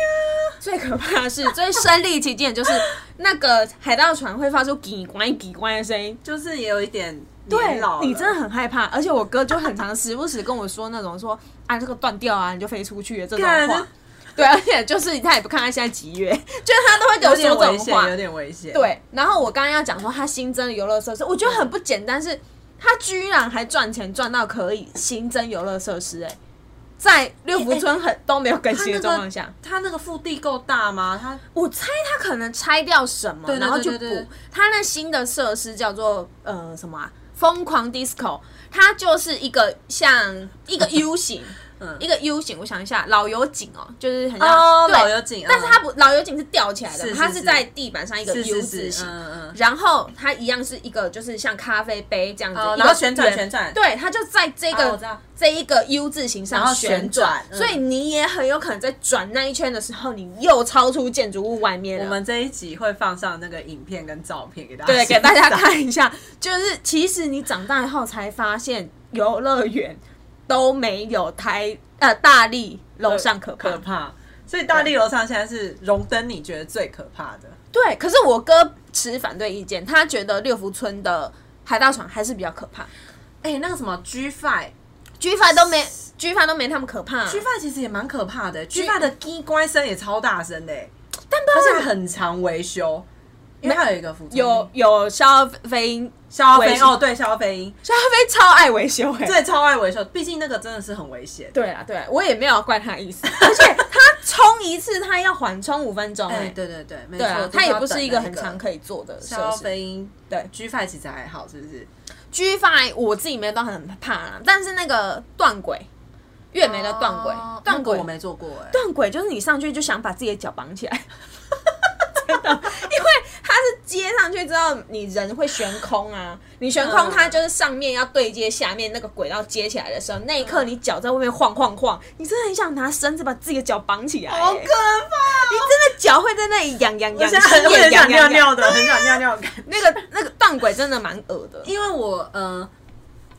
最可怕的是，最身临其境的就是那个海盗船会发出“叽呱叽呱”的声音。
就是也有一点
对
年老，了，
你真的很害怕，而且我哥就很常时不时跟我说那种说啊这个断掉啊，你就飞出去了这种
干
话。对，而且就是他也不看他现在几月， *laughs* 就是他都会跟我
有
说
点
这
危
种
险
话，。
有点危险。，
对，然后我刚刚要讲说他新增的游乐设施，我觉得很不简单，是他居然还赚钱赚到可以新增游乐设施、哎，在六福村很、都没有更
他
新
那
的状况下，
个他那个腹地够大吗？他
欸我猜他可能拆掉什么，
对对
然后去
对对
补
对。
他那新的设施叫做 *laughs* 呃什么啊？疯狂 disco，它就是一个像一个 U 型，
嗯
一个 U 型，我想一下，老油井哦，就是很像
哦
对
老油井嗯
但是它不老油井是吊起来的，
是是
它是
是
在地板上一个
是
U
是
字
是，
形，
嗯嗯
然后它一样是一个就是像咖啡杯这样子，
哦
一个
然后旋转
圆
旋转
对，它就在这
啊
个、
我知道
这一个 U 字形上
然后
旋
旋
转
转，嗯
所以你也很有可能在转那一圈的时候，你又超出建筑物外面
嗯。
了。
我们这一集会放上那个影片跟照片给大家，
对，给大家。看一下，就是其实你长大以后才发现，游乐园都没有台呃大力楼上可怕。
可怕。所以大地楼上现在是荣登你觉得最可怕的，
对，可是我哥持反对意见，他觉得六福村的海盗船还是比较可
*laughs*
怕
哎、那个什么 G Five。
，G 饭都没 G 饭都没他们可怕、
G Five 其实也蛮可怕的，G Five 的叽乖声也超大声的、欸
但不
而
知道
且很嗯常维修，因为它有一个服装
有有消费
消费
维修
哦，对消费音，
消费超爱维修哎、欸。
对啊超爱维修，毕竟那个真的是很危险。
对啦，对啦，我也没有怪他意思， *laughs* 而且他冲一次他要缓冲五分钟哎、
哎，对对对，没
对啊
错，，
它也
就
不是
要
一
等
个
那
很常可以做的设
消
施。
费音。
对
G Five 其实还好，是不是？
G Five 我自己没有到很怕啦，但是那个断轨，月眉的断轨
哦，
断轨
那个我没做过哎、
断轨就是你上去就想把自己的脚绑起来， *laughs* 真的，因为它是接上去之后，你人会悬空啊，你悬空
嗯
它就是上面要对接下面那个轨道接起来的时候，那一
嗯
刻你脚在外面晃晃晃，你真的很想拿绳子把自己的脚绑起来、
好可怕、
欸你真的脚会在那里痒痒
我
痒，
现在很
心
我
也
很
痒
想
痒
尿尿
痒。
的，很想尿尿的感觉。
那个那个断轨真的蛮恶的，
*laughs* 因为我呃，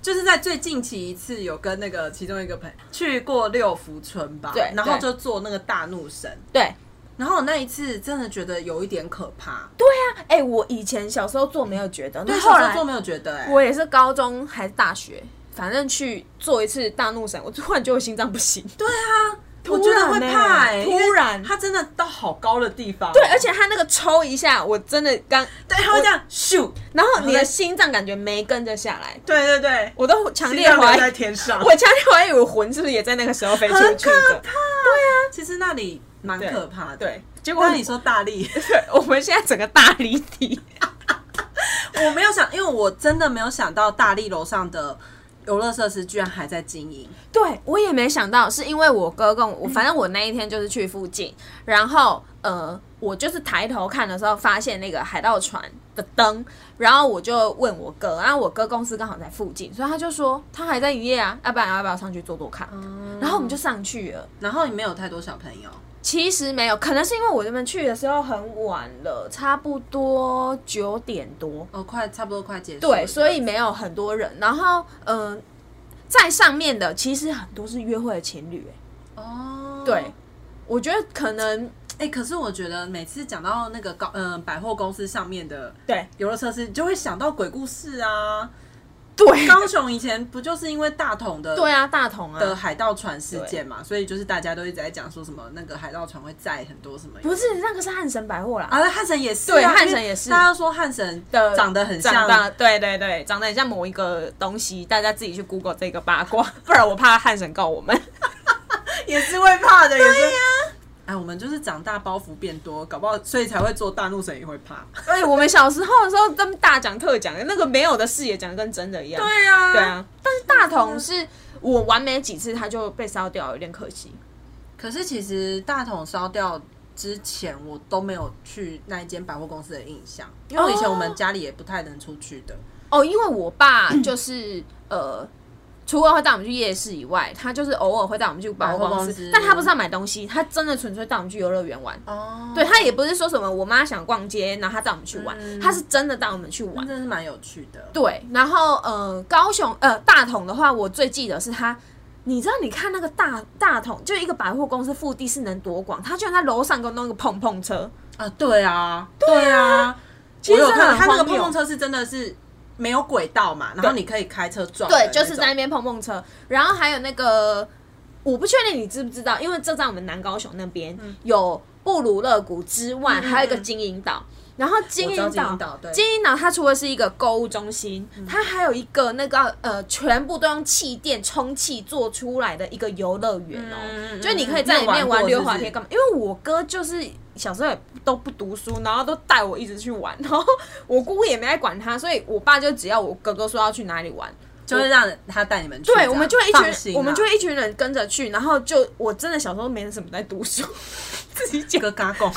就是在最近期一次有跟那个其中一个朋友去过六福村吧，
对
然后
对
就坐那个大怒神，
对。
然后我那一次真的觉得有一点可怕，
对啊，哎、我以前小时候做没有觉得，那
对，
后
小时候
来
做没有觉得、欸，
我也是高中还是大学，反正去做一次大怒神，我突然觉得我心脏不
*laughs*
行。
对啊，我
突
觉得
然
会
欸
怕、欸，因为
突然
它真的到好高的地方，
对，而且他那个抽一下，我真的刚，
对，它会这样咻，
然后你的心脏感觉没跟着下来，
对对对，
我都强
心
烈
脏留
怀
在
疑，
天上，
我强烈怀疑我魂是不是也在那个时候飞出
很
去
可
的
*laughs* 怕，对。啊，其实那里蛮
对
可怕的，
对。，结果
那你说大力，
对， *laughs* 我们现在整个大离题。
我没有想，因为我真的没有想到大力楼上的游乐设施居然还在经营。
对我也没想到，是因为我哥跟我，我反正我那一天就是去附近，然后呃，我就是抬头看的时候，发现那个海盗船的灯，然后我就问我哥，然后我哥公司刚好在附近，所以他就说他还在营业啊，要不然要不要上去坐坐看？
嗯
然后我们就上去了。
然后你没有太多小朋友，
其实没有，可能是因为我这边去的时候很晚了，差不多九点多，
哦，快差不多快结束了。
对，所以呃没有很多人。然后嗯、呃在上面的其实很多是约会的情侣、欸
哦，
对，我觉得可能
哎、可是我觉得每次讲到那个高嗯、百货公司上面的
对
游乐设施，就会想到鬼故事啊。
对
高雄以前不就是因为大桶的
对啊，大同
的
啊，
海盗船事件嘛，所以就是大家都一直在讲说什么那个海盗船会载很多什么
不是那个是汉神百货啦，
啊，汉神也是啊、
对
因为
汉神也是
大家说汉神
的
长得很像
长大对对对，长得很像某一个东西，大家自己去 Google 这个八卦，不然我怕汉神告我 *laughs* 们。
也是会怕的，也是呀。哎，我们就是长大包袱变多，搞不好所以才会做大怒神也会怕。
所哎以我们小时候的时候，他们大讲特讲，那个没有的事也讲得跟真的一样。
呀、
对。啊，但是大同是我玩没几次，它就被烧掉，有点可惜。
可是其实大桶烧掉之前，我都没有去那一间百货公司的印象，因为以前我们家里也不太能出去的。
哦，因为我爸
嗯
就是呃，除了会带我们去夜市以外，他就是偶尔会带我们去百货
百货
公
公
司
司，
但他不是要买东西，他真的纯粹带我们去游乐园玩。
哦，
对他也不是说什么我妈想逛街，然后他带我们去玩，
嗯
他是真的带我们去玩
真。的是蛮有趣的。
对，然后呃，高雄呃大同的话，我最记得是他。你知道，你看那个大大同，就一个百货公司腹地是能多广？他居然在楼上给我弄一个碰碰车，
啊，对啊，对啊。我有
其实真的
看
很
他那个
荒
碰
谬
碰车是真的是没有轨道嘛，然后你可以开车撞的那
对，
种。
就是在那边碰碰车，然后还有那个，我不确定你知不知道，因为这在我们南高雄那边、有布鲁勒谷之外，
嗯嗯嗯
还有一个金银岛。然后金银
我知道金银
岛
岛，对嗯
金银岛它除了是一个购物中心，它还有一个那个呃，全部都用气垫充气做出来的一个游乐园哦，
嗯嗯嗯
就你可以在里面玩
你有玩过
溜滑
是不
梯
是
干嘛？因为我哥就是小时候也都不读书，然后都带我一直去玩，然后我姑姑也没来管他，所以我爸就只要我哥哥说要去哪里玩，
就会让他带你们去这样。
对，我们就会一群
放心啊
人，我们就会一群人跟着去，然后就我真的小时候没什么在读书，自己讲
哥嘎贡，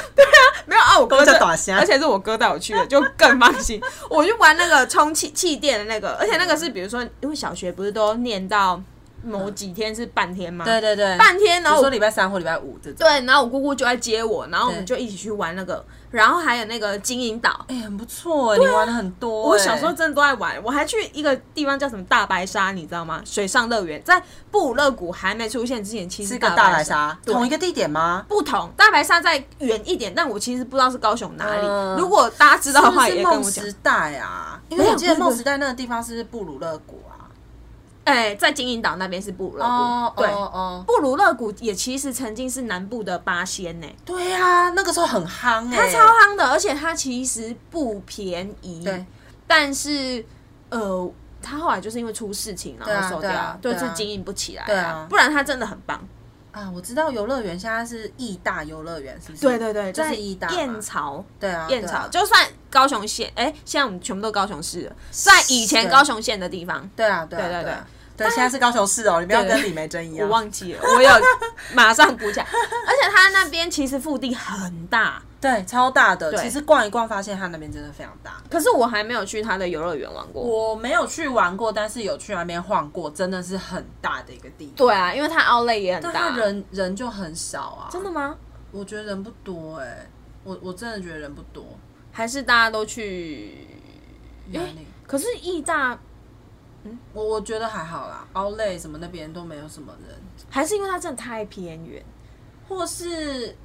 没有啊，我哥
都
就
叫大虾
而且是我哥带我去的，就更放心。 *laughs* 我就玩那个充气气垫的那个，而且那个是比如说，因为小学不是都念到某几天是半天吗？
嗯对对对，
半天，然
你
后
说
我
礼拜三或礼拜五这种，
对，啊然后我姑姑就来接我，然后我们就一起去玩那个，然后还有那个金银岛。
哎、很不错哎、你玩的很多、
啊
哎
我小时候真的都在玩，我还去一个地方叫什么大白鲨，你知道吗？水上乐园，在布鲁勒谷还没出现之前，其实
是个大白
鲨
鲨，，
对
同一个地点吗？
不同，大白鲨再远一点，但我其实不知道是高雄哪里。
嗯
如果大家知道的话，
是不是
也跟我
梦
讲
时。代啊，因
没
为
有
我记得
不是
梦时代那个地方是不是布鲁勒谷啊？
哎、在金银岛那边是布鲁勒谷，对。
哦，
布鲁勒谷也其实曾经是南部的八仙呢、
对啊，那个时候很夯哎、
它超夯的，而且它其实不便宜。
对，
但是呃，它后来就是因为出事情然
对啊
后收掉
对啊
了，
对啊
就是经营不起来
对啊
不然它真的很棒。
啊，我知道游乐园现在是义大游乐园，是不是？
对对对，
就
在
是义大嘛
燕巢，
对啊，
燕
对
巢
啊
就算高雄县，哎、现在我们全部都高雄市了，在以前
对
高雄县的地方。
对啊，对啊，
对对
对啊，对，现在是高雄市哦，你不要跟李梅珍一
*laughs* 我
样。
忘记了，我有马上补起 *laughs* 来。而且它那边其实腹地很大，
对，超大的。
对
其实逛一逛，发现它那边真的非常大。
可是我还没有去它的游乐园玩过。
我没有去玩过，但是有去那边晃过，真的是很大的一个地方。
对啊，因为它奥莱也很
但
大
它。人人就很少啊，
真的，吗？
我觉得人不多哎、我我真的觉得人不多。
还是大家都去？
哪里？
可是义大
我我觉得还好啦，奥莱什么那边都没有什么人，
还是因为它真的太偏远。
或是，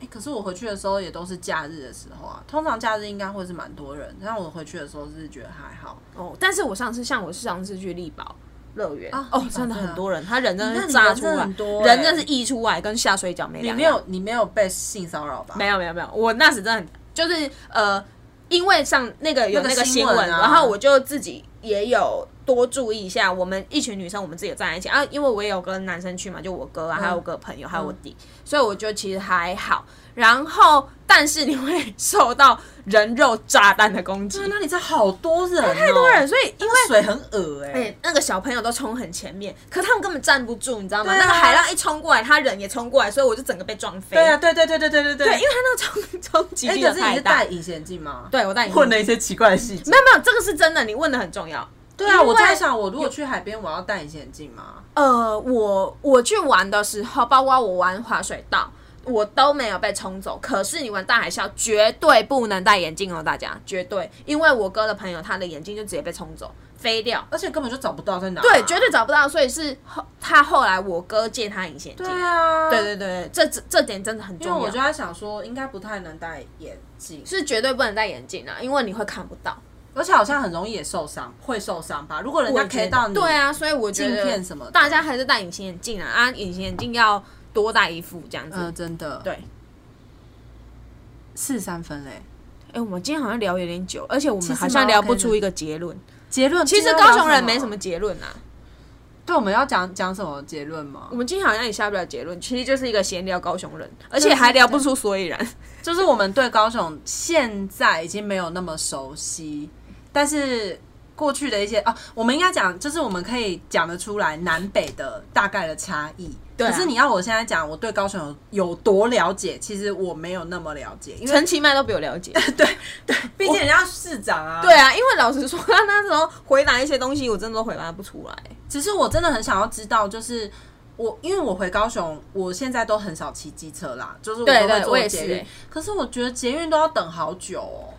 哎、可是我回去的时候也都是假日的时候啊，通常假日应该会是蛮多人，但我回去的时候是觉得还好。
哦，但是我上次像我上次去力宝乐园
啊，
哦
力，宝
真的很多人，他人真的
那
是
里
炸
人
出
真的
来
很，多欸
人真的是溢出来，跟下水饺没
你
两
没
样。
有你没有被性骚扰吧？
没有没有没有，我那时真的很就是呃，因为上那个有
那个
那个
新
新
闻
闻，
啊
然后我就自己也有多注意一下。我们一群女生，我们自己有站在一起啊，因为我也有跟男生去嘛，就我哥啊，还有我哥朋友，还有我弟，所以我觉得其实还好。然后，但是你会受到人肉炸弹的啊攻击
对，，那里真的好多人、太
太多人，，所以因
因
为
为水很恶哎、
哎、那个小朋友都冲很前面，可他们根本站不住，你知道吗？
对啊
那个海浪一冲过来，他人也冲过来，所以我就整个被撞飞。
对啊，对对对对对对对
对，因为他那个冲冲击
哎、
力
可
有
是你
太
是
大。
戴隐形眼镜吗？
对，我带
*laughs*
你
混了一些奇怪的细节。
没有没有，这个是真的，你问的很重要。
对啊，
因为
我在想，我如果去海边，我要戴隐形眼镜吗？
呃，我我去玩的时候，包括我玩滑水道，我都没有被冲走。可是你玩大海啸，绝对不能戴眼镜哦，大家绝对，因为我哥的朋友他的眼镜就直接被冲走，飞掉。
而且根本就找不到在哪、
对，绝对找不到，所以是后他后来我哥借他隐形镜
对。啊，
对对对对，这这这点真的很
因为
重
我就
要，
在想说，应该不太能戴眼镜，
是绝对不能戴眼镜啊，因为你会看不到。
而且好像很容易也受伤，会受伤吧？如果人家
我觉
K
得
到你，
对，啊，所以我觉
镜
得
片什么的
大家还是戴隐形眼镜啊，啊，隐形眼镜要多戴一副这样子。
嗯、真的，
对，
四三分嘞。
哎、我们今天好像聊有点久，而且我
其
们
实
好像
蛮
聊不
OK
出
的
一个结论。
结论
其实高雄人没什么，结论啊，
对，我们要讲讲什么结论吗
我？们今天好像也下不了结论，其实就是一个闲聊高 *laughs* 雄人，而且
对
还
对
聊不
对
出所以然。
就是我们对高雄现在已经没有那么熟悉，但是过去的一些啊，我们应该讲，就是我们可以讲得出来南北的大概的差异。
对啊
可是你要我现在讲我对高雄有有多了解，其实我没有那么了解，因为
陈其迈都比我了解。
毕竟人家市长啊。
*laughs* 对，啊，因为老实说，他那时候回答一些东西，我真的都回答不出来。
只是我真的很想要知道，就是。我因为我回高雄，我现在都很少骑机车啦，就是我都
对
会
对我
坐
也是
捷运。
欸
可是我觉得捷运都要等好久哦。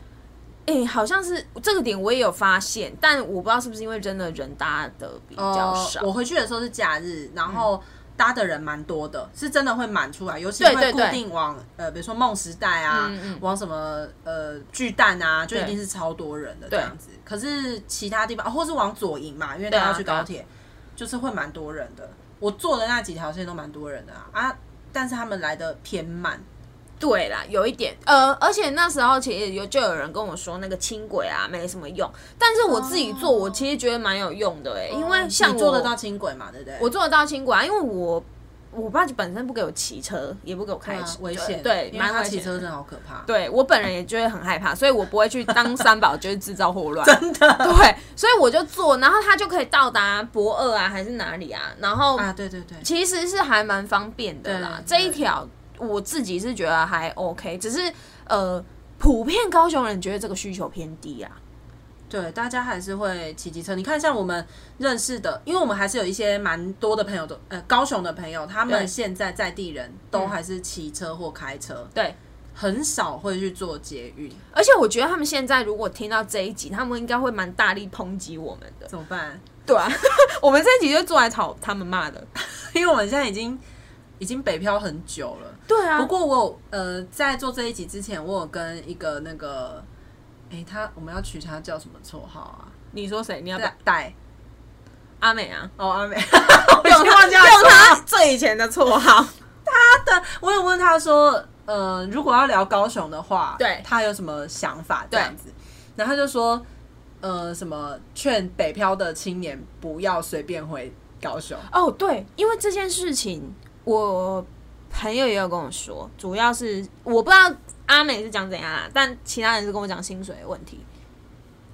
哎、好像是这个点我也有发现，但我不知道是不是因为真的人搭的比较少。
哦
嗯
我回去的时候是假日，然后搭的人蛮多的，是真的会满出来，尤其
对
会
对
固
对
定往呃，比如说梦时代啊，
嗯嗯
往什么呃巨蛋啊，就一
对
定是超多人的这
对
样子。可是其他地方，哦或是往左营嘛，因为
对
他
啊
要去
对啊
高铁，就是会蛮多人的。我坐的那几条线都蛮多人的啊，啊，但是他们来的偏慢，
对啦，有一点，呃，而且那时候其实有就有人跟我说那个轻轨啊没什么用，但是我自己做，我其实觉得蛮有用的哎、因为像
哦嗯你
我
坐得到轻轨嘛，对不对？
我做得到轻轨啊，因为我我爸就本身不给我骑车，也不给我开车，
嗯啊危险，
对，
因为
蛮
他
危
骑
险
车
的
真的好可怕。 *laughs*
对我本人也就会很害怕，所以我不会去当三宝，就是制造
*laughs*
祸乱。真的，对，所以我就坐，然后他就可以到达博二啊，还是哪里啊？然后
啊，对对对，
其实是还蛮方便的啦。
对
这一条我自己是觉得还 OK，只是呃，普遍高雄人觉得这个需求偏低啊。
对，大家还是会骑机车。你看，像我们认识的，因为我们还是有一些蛮多的朋友都，呃，高雄的朋友，他
对
们现在在地人都还是骑车或开车，
对，
很少会去做捷运，
而且我觉得他们现在如果听到这一集，他们应该会蛮大力抨击我们的。
怎么办？ *laughs*
对啊， *laughs* 我们这一集就坐来吵他们骂的。
因为我们现在已经已经北漂很久了。
对啊
不过我有呃，在做这一集之前，我有跟一个那个，诶，他我们要取他叫什么绰号啊？
你说谁？你要不要
戴戴
阿美 *laughs* 啊？
哦，阿美，
用
*laughs* 我已经
他
忘记他的
用
绰号
他最以前的绰号。
我有问他说，呃，如果要聊高雄的话，
对
他有什么想法这样子？然后他就说，呃，什么劝北漂的青年不要随便回高雄。
哦，对，因为这件事情，我朋友也有跟我说，主要是我不知道阿美是讲怎样啦，但其他人是跟我讲薪水的问题。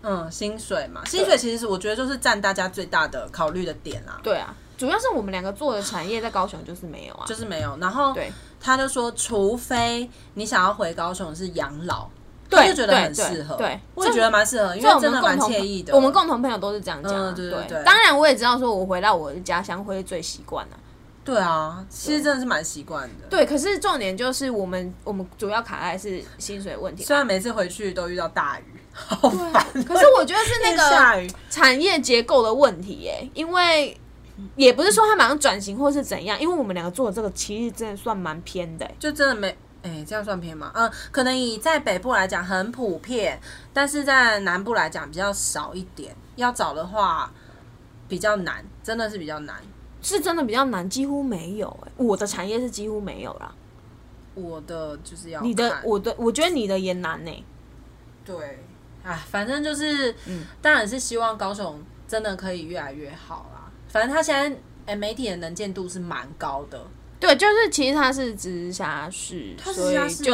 嗯，薪水嘛，薪水其实是我觉得就是占大家最大的考虑的点啦，
对啊，主要是我们两个做的产业在高雄就是没有啊，
就是没有。然后
对
他就说，除非你想要回高雄是养老，
对
他就觉得很
对对
适合。
对
我也觉得蛮适合，因
这我
为
们
真的蛮
共同
惬意的。
我们共同朋友都是这样讲、啊
嗯对对对
当然我也知道，说我回到我的家乡会最习惯了。
对啊，其实真的是蛮习惯的。
对，可是重点就是我们我们主要卡在是薪水问题。
虽然每次回去都遇到大雨， *laughs* 好烦。
啊
哦
可是我觉得是那个
下雨，
产业结构的问题耶、因为也不是说他马上转型或是怎样，因为我们两个做的这个其实真的算蛮偏的耶、
就真的没，哎、这样算偏吗？嗯，可能以在北部来讲很普遍，但是在南部来讲比较少一点。要找的话比较难，真的是比较难。
是真的比较难，几乎没有、欸。我的产业是几乎没有啦，
我的就是要
你的
看
我的我觉得你的也难呢、
对啊，反正就是，
嗯
当然是希望高雄真的可以越来越好啦。反正他现在哎、媒体的能见度是蛮高的，
对，就是其实它是直辖市，啊
它
所
是
以就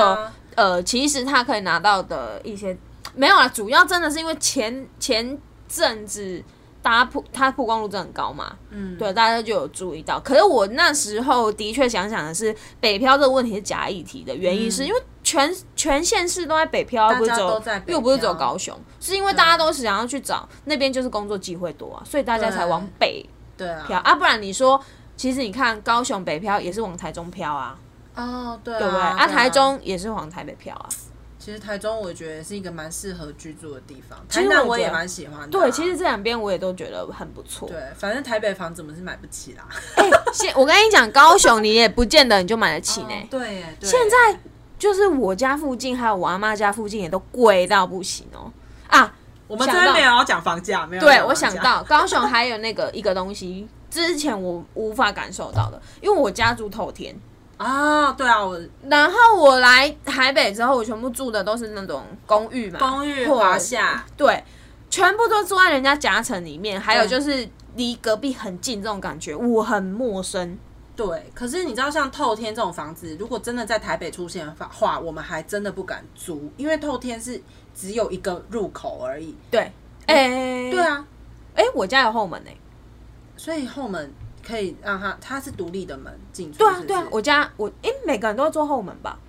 呃，其实他可以拿到的一些没有啦，主要真的是因为前前阵子大家曝他曝光率真的很高嘛，嗯，对，大家就有注意到。可是我那时候的确想想的是，北漂这个问题是假议题的原因，是因为全全县市都在北漂，又不
嗯
是
大家
走
都在，北
又不是
漂
走高雄，是因为大家都是想要去找那边就是工作机会多啊，所以大家才往北
对啊，
漂啊，不然你说。其实你看，高雄北漂也是往台中漂啊，
哦对啊，
对不对？
啊
啊，台中也是往台北漂啊。
其实台中我觉得也是一个蛮适合居住的地方，
实
台
我
南我
觉
也
得
蛮喜欢的啊、
对，其实这两边我也都觉得很不错。
对，反正台北房子我们是买不起啦。
哎，现我跟你讲，高雄你也不见得你就买得起呢。
哦对耶，对
现在就是我家附近还有我阿妈家附近也都贵到不行哦。啊，
我们
想
这边
到
没有要讲房价，没有要
对，
讲
我
房
想
价，
到高雄还有那个一个东西，之前我无法感受到的，因为我家住透天，
啊、对啊，我
然后我来台北之后，我全部住的都是那种公寓嘛，
公寓
或
华夏，
对，全部都住在人家夹层里面，还有
对
就是离隔壁很近这种感觉，我很陌生。
对，可是你知道，像透天这种房子，如果真的在台北出现的话，我们还真的不敢租，因为透天是只有一个入口而已。
对，哎、
对啊，
哎、我家有后门哎、
所以后门可以让它，它是独立的门进出。
对啊
是，不
对啊
是，
我家我哎、每个人都要做后门吧？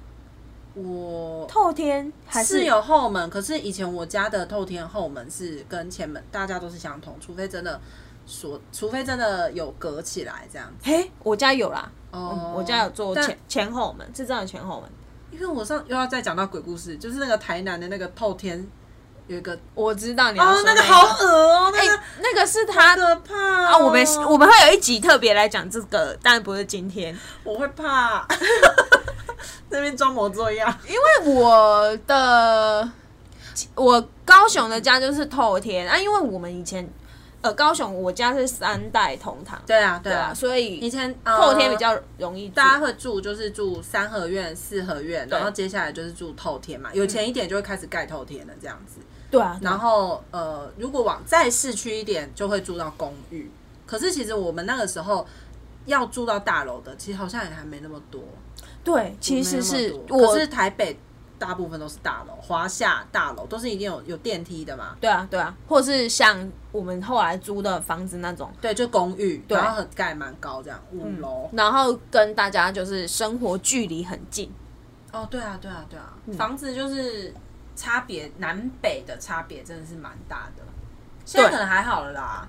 我
透天还
是有后门，可是以前我家的透天后门是跟前门大家都是相同，除非真的锁，除非真的有隔起来这样子。
嘿、我家有啦，
哦、
嗯，我家有做
但
前前后门，是真的前后门。
因为我上又要再讲到鬼故事，就是那个台南的那个透天有一个
我知道你要
哦
说，
那
个
个好恶哦、
哎、
那个
那个是他
可怕
啊，
哦
我们
*laughs*
我们会有一集特别来讲这个，但不是今天，
我会怕， *laughs* 那边装模作样。
因为我的我高雄的家就是透天啊，因为我们以前呃高雄我家是三代同堂，
对啊，对
对啊，
啊，
所
以
以
前
透天比。
呃
较容易住，
大家会住就是住三合院、四合院，
对
然后接下来就是住透天嘛，有钱一点就会开始盖透天了这样子。
对啊，
然后呃，如果往再市区一点，就会住到公寓。可是其实我们那个时候要住到大楼的，其实好像也还没那么多。
对，其
没
实
那
是
么多
我
可是台北大部分都是大楼，华夏大楼都是一定有有电梯的嘛。
对啊对啊，或是像我们后来租的房子那种，
对，就公寓，
对
然后很盖蛮高，这样五楼。
然后跟大家就是生活距离很近，
哦，对啊，对啊，对啊，
嗯
房子就是差别南北的差别真的是蛮大的。现在可能还好了啦，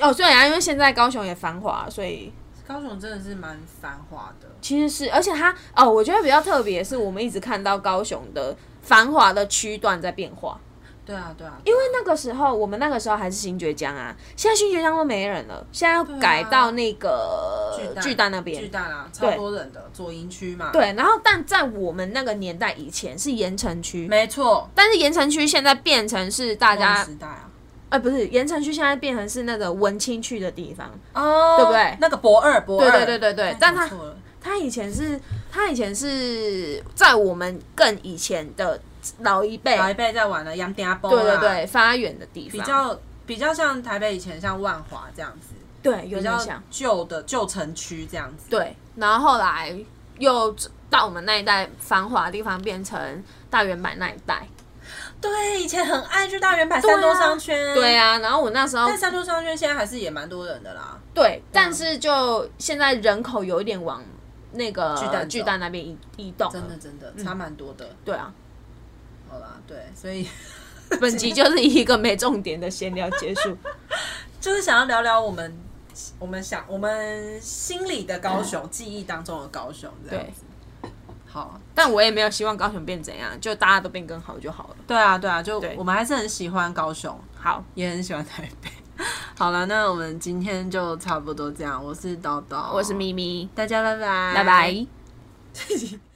哦，对啊，因为现在高雄也繁华，所以
高雄真的是蛮繁华的。
其实是，而且它哦，我觉得比较特别的是，我们一直看到高雄的繁华的区段在变化，
对啊，对啊，
因为那个时候我们那个时候还是新觉江啊，现在新觉江都没人了，现在要改到那个巨蛋那
巨
边。
蛋啊，超多人的左营区嘛。，
对，然后但在我们那个年代以前是盐城区，
没错，
但是盐城区现在变成是
大
大家
时代啊，
呃，不是盐城区现在变成是那个文青去的地方。
哦，
对不对
那个博二，博二，
对对对对对
太
但他
搞错了
他以前是，他以前是在我们更以前的老一辈，
老一辈在玩的杨家波，啊
对对，对，发源的地方，
比较比较像台北以前像万华这样子，
对有
比
点
较
像，
旧的旧城区这样子。
对。然后后来又到我们那一代繁华的地方，变成大圆柏那一带。
对，以前很爱去大圆柏、
对啊
三多商圈，
对
啊，
啊，然后我那时候
但三多商圈现在还是嗯也蛮多人的啦。
对，但是就现在人口有一点往那个
巨蛋走
巨蛋那边移移动了，
真的真的差蛮多的。
对啊。
好啦，对，所以
本集就是以一个没重点的闲聊结
*laughs*
束。
就是想要聊聊我们我们想我们心里的高 *clears throat* 雄，记忆当中的高雄这样子。好，啊
但我也没有希望高雄变怎样，就大家都变更好就好了。
对啊，对啊，就
对
我们还是很喜欢高雄，
好，
也很喜欢台北。 *laughs* 好了，那我们今天就差不多这样。我是叨叨，
我是咪咪，
大家拜拜， *laughs*
拜拜。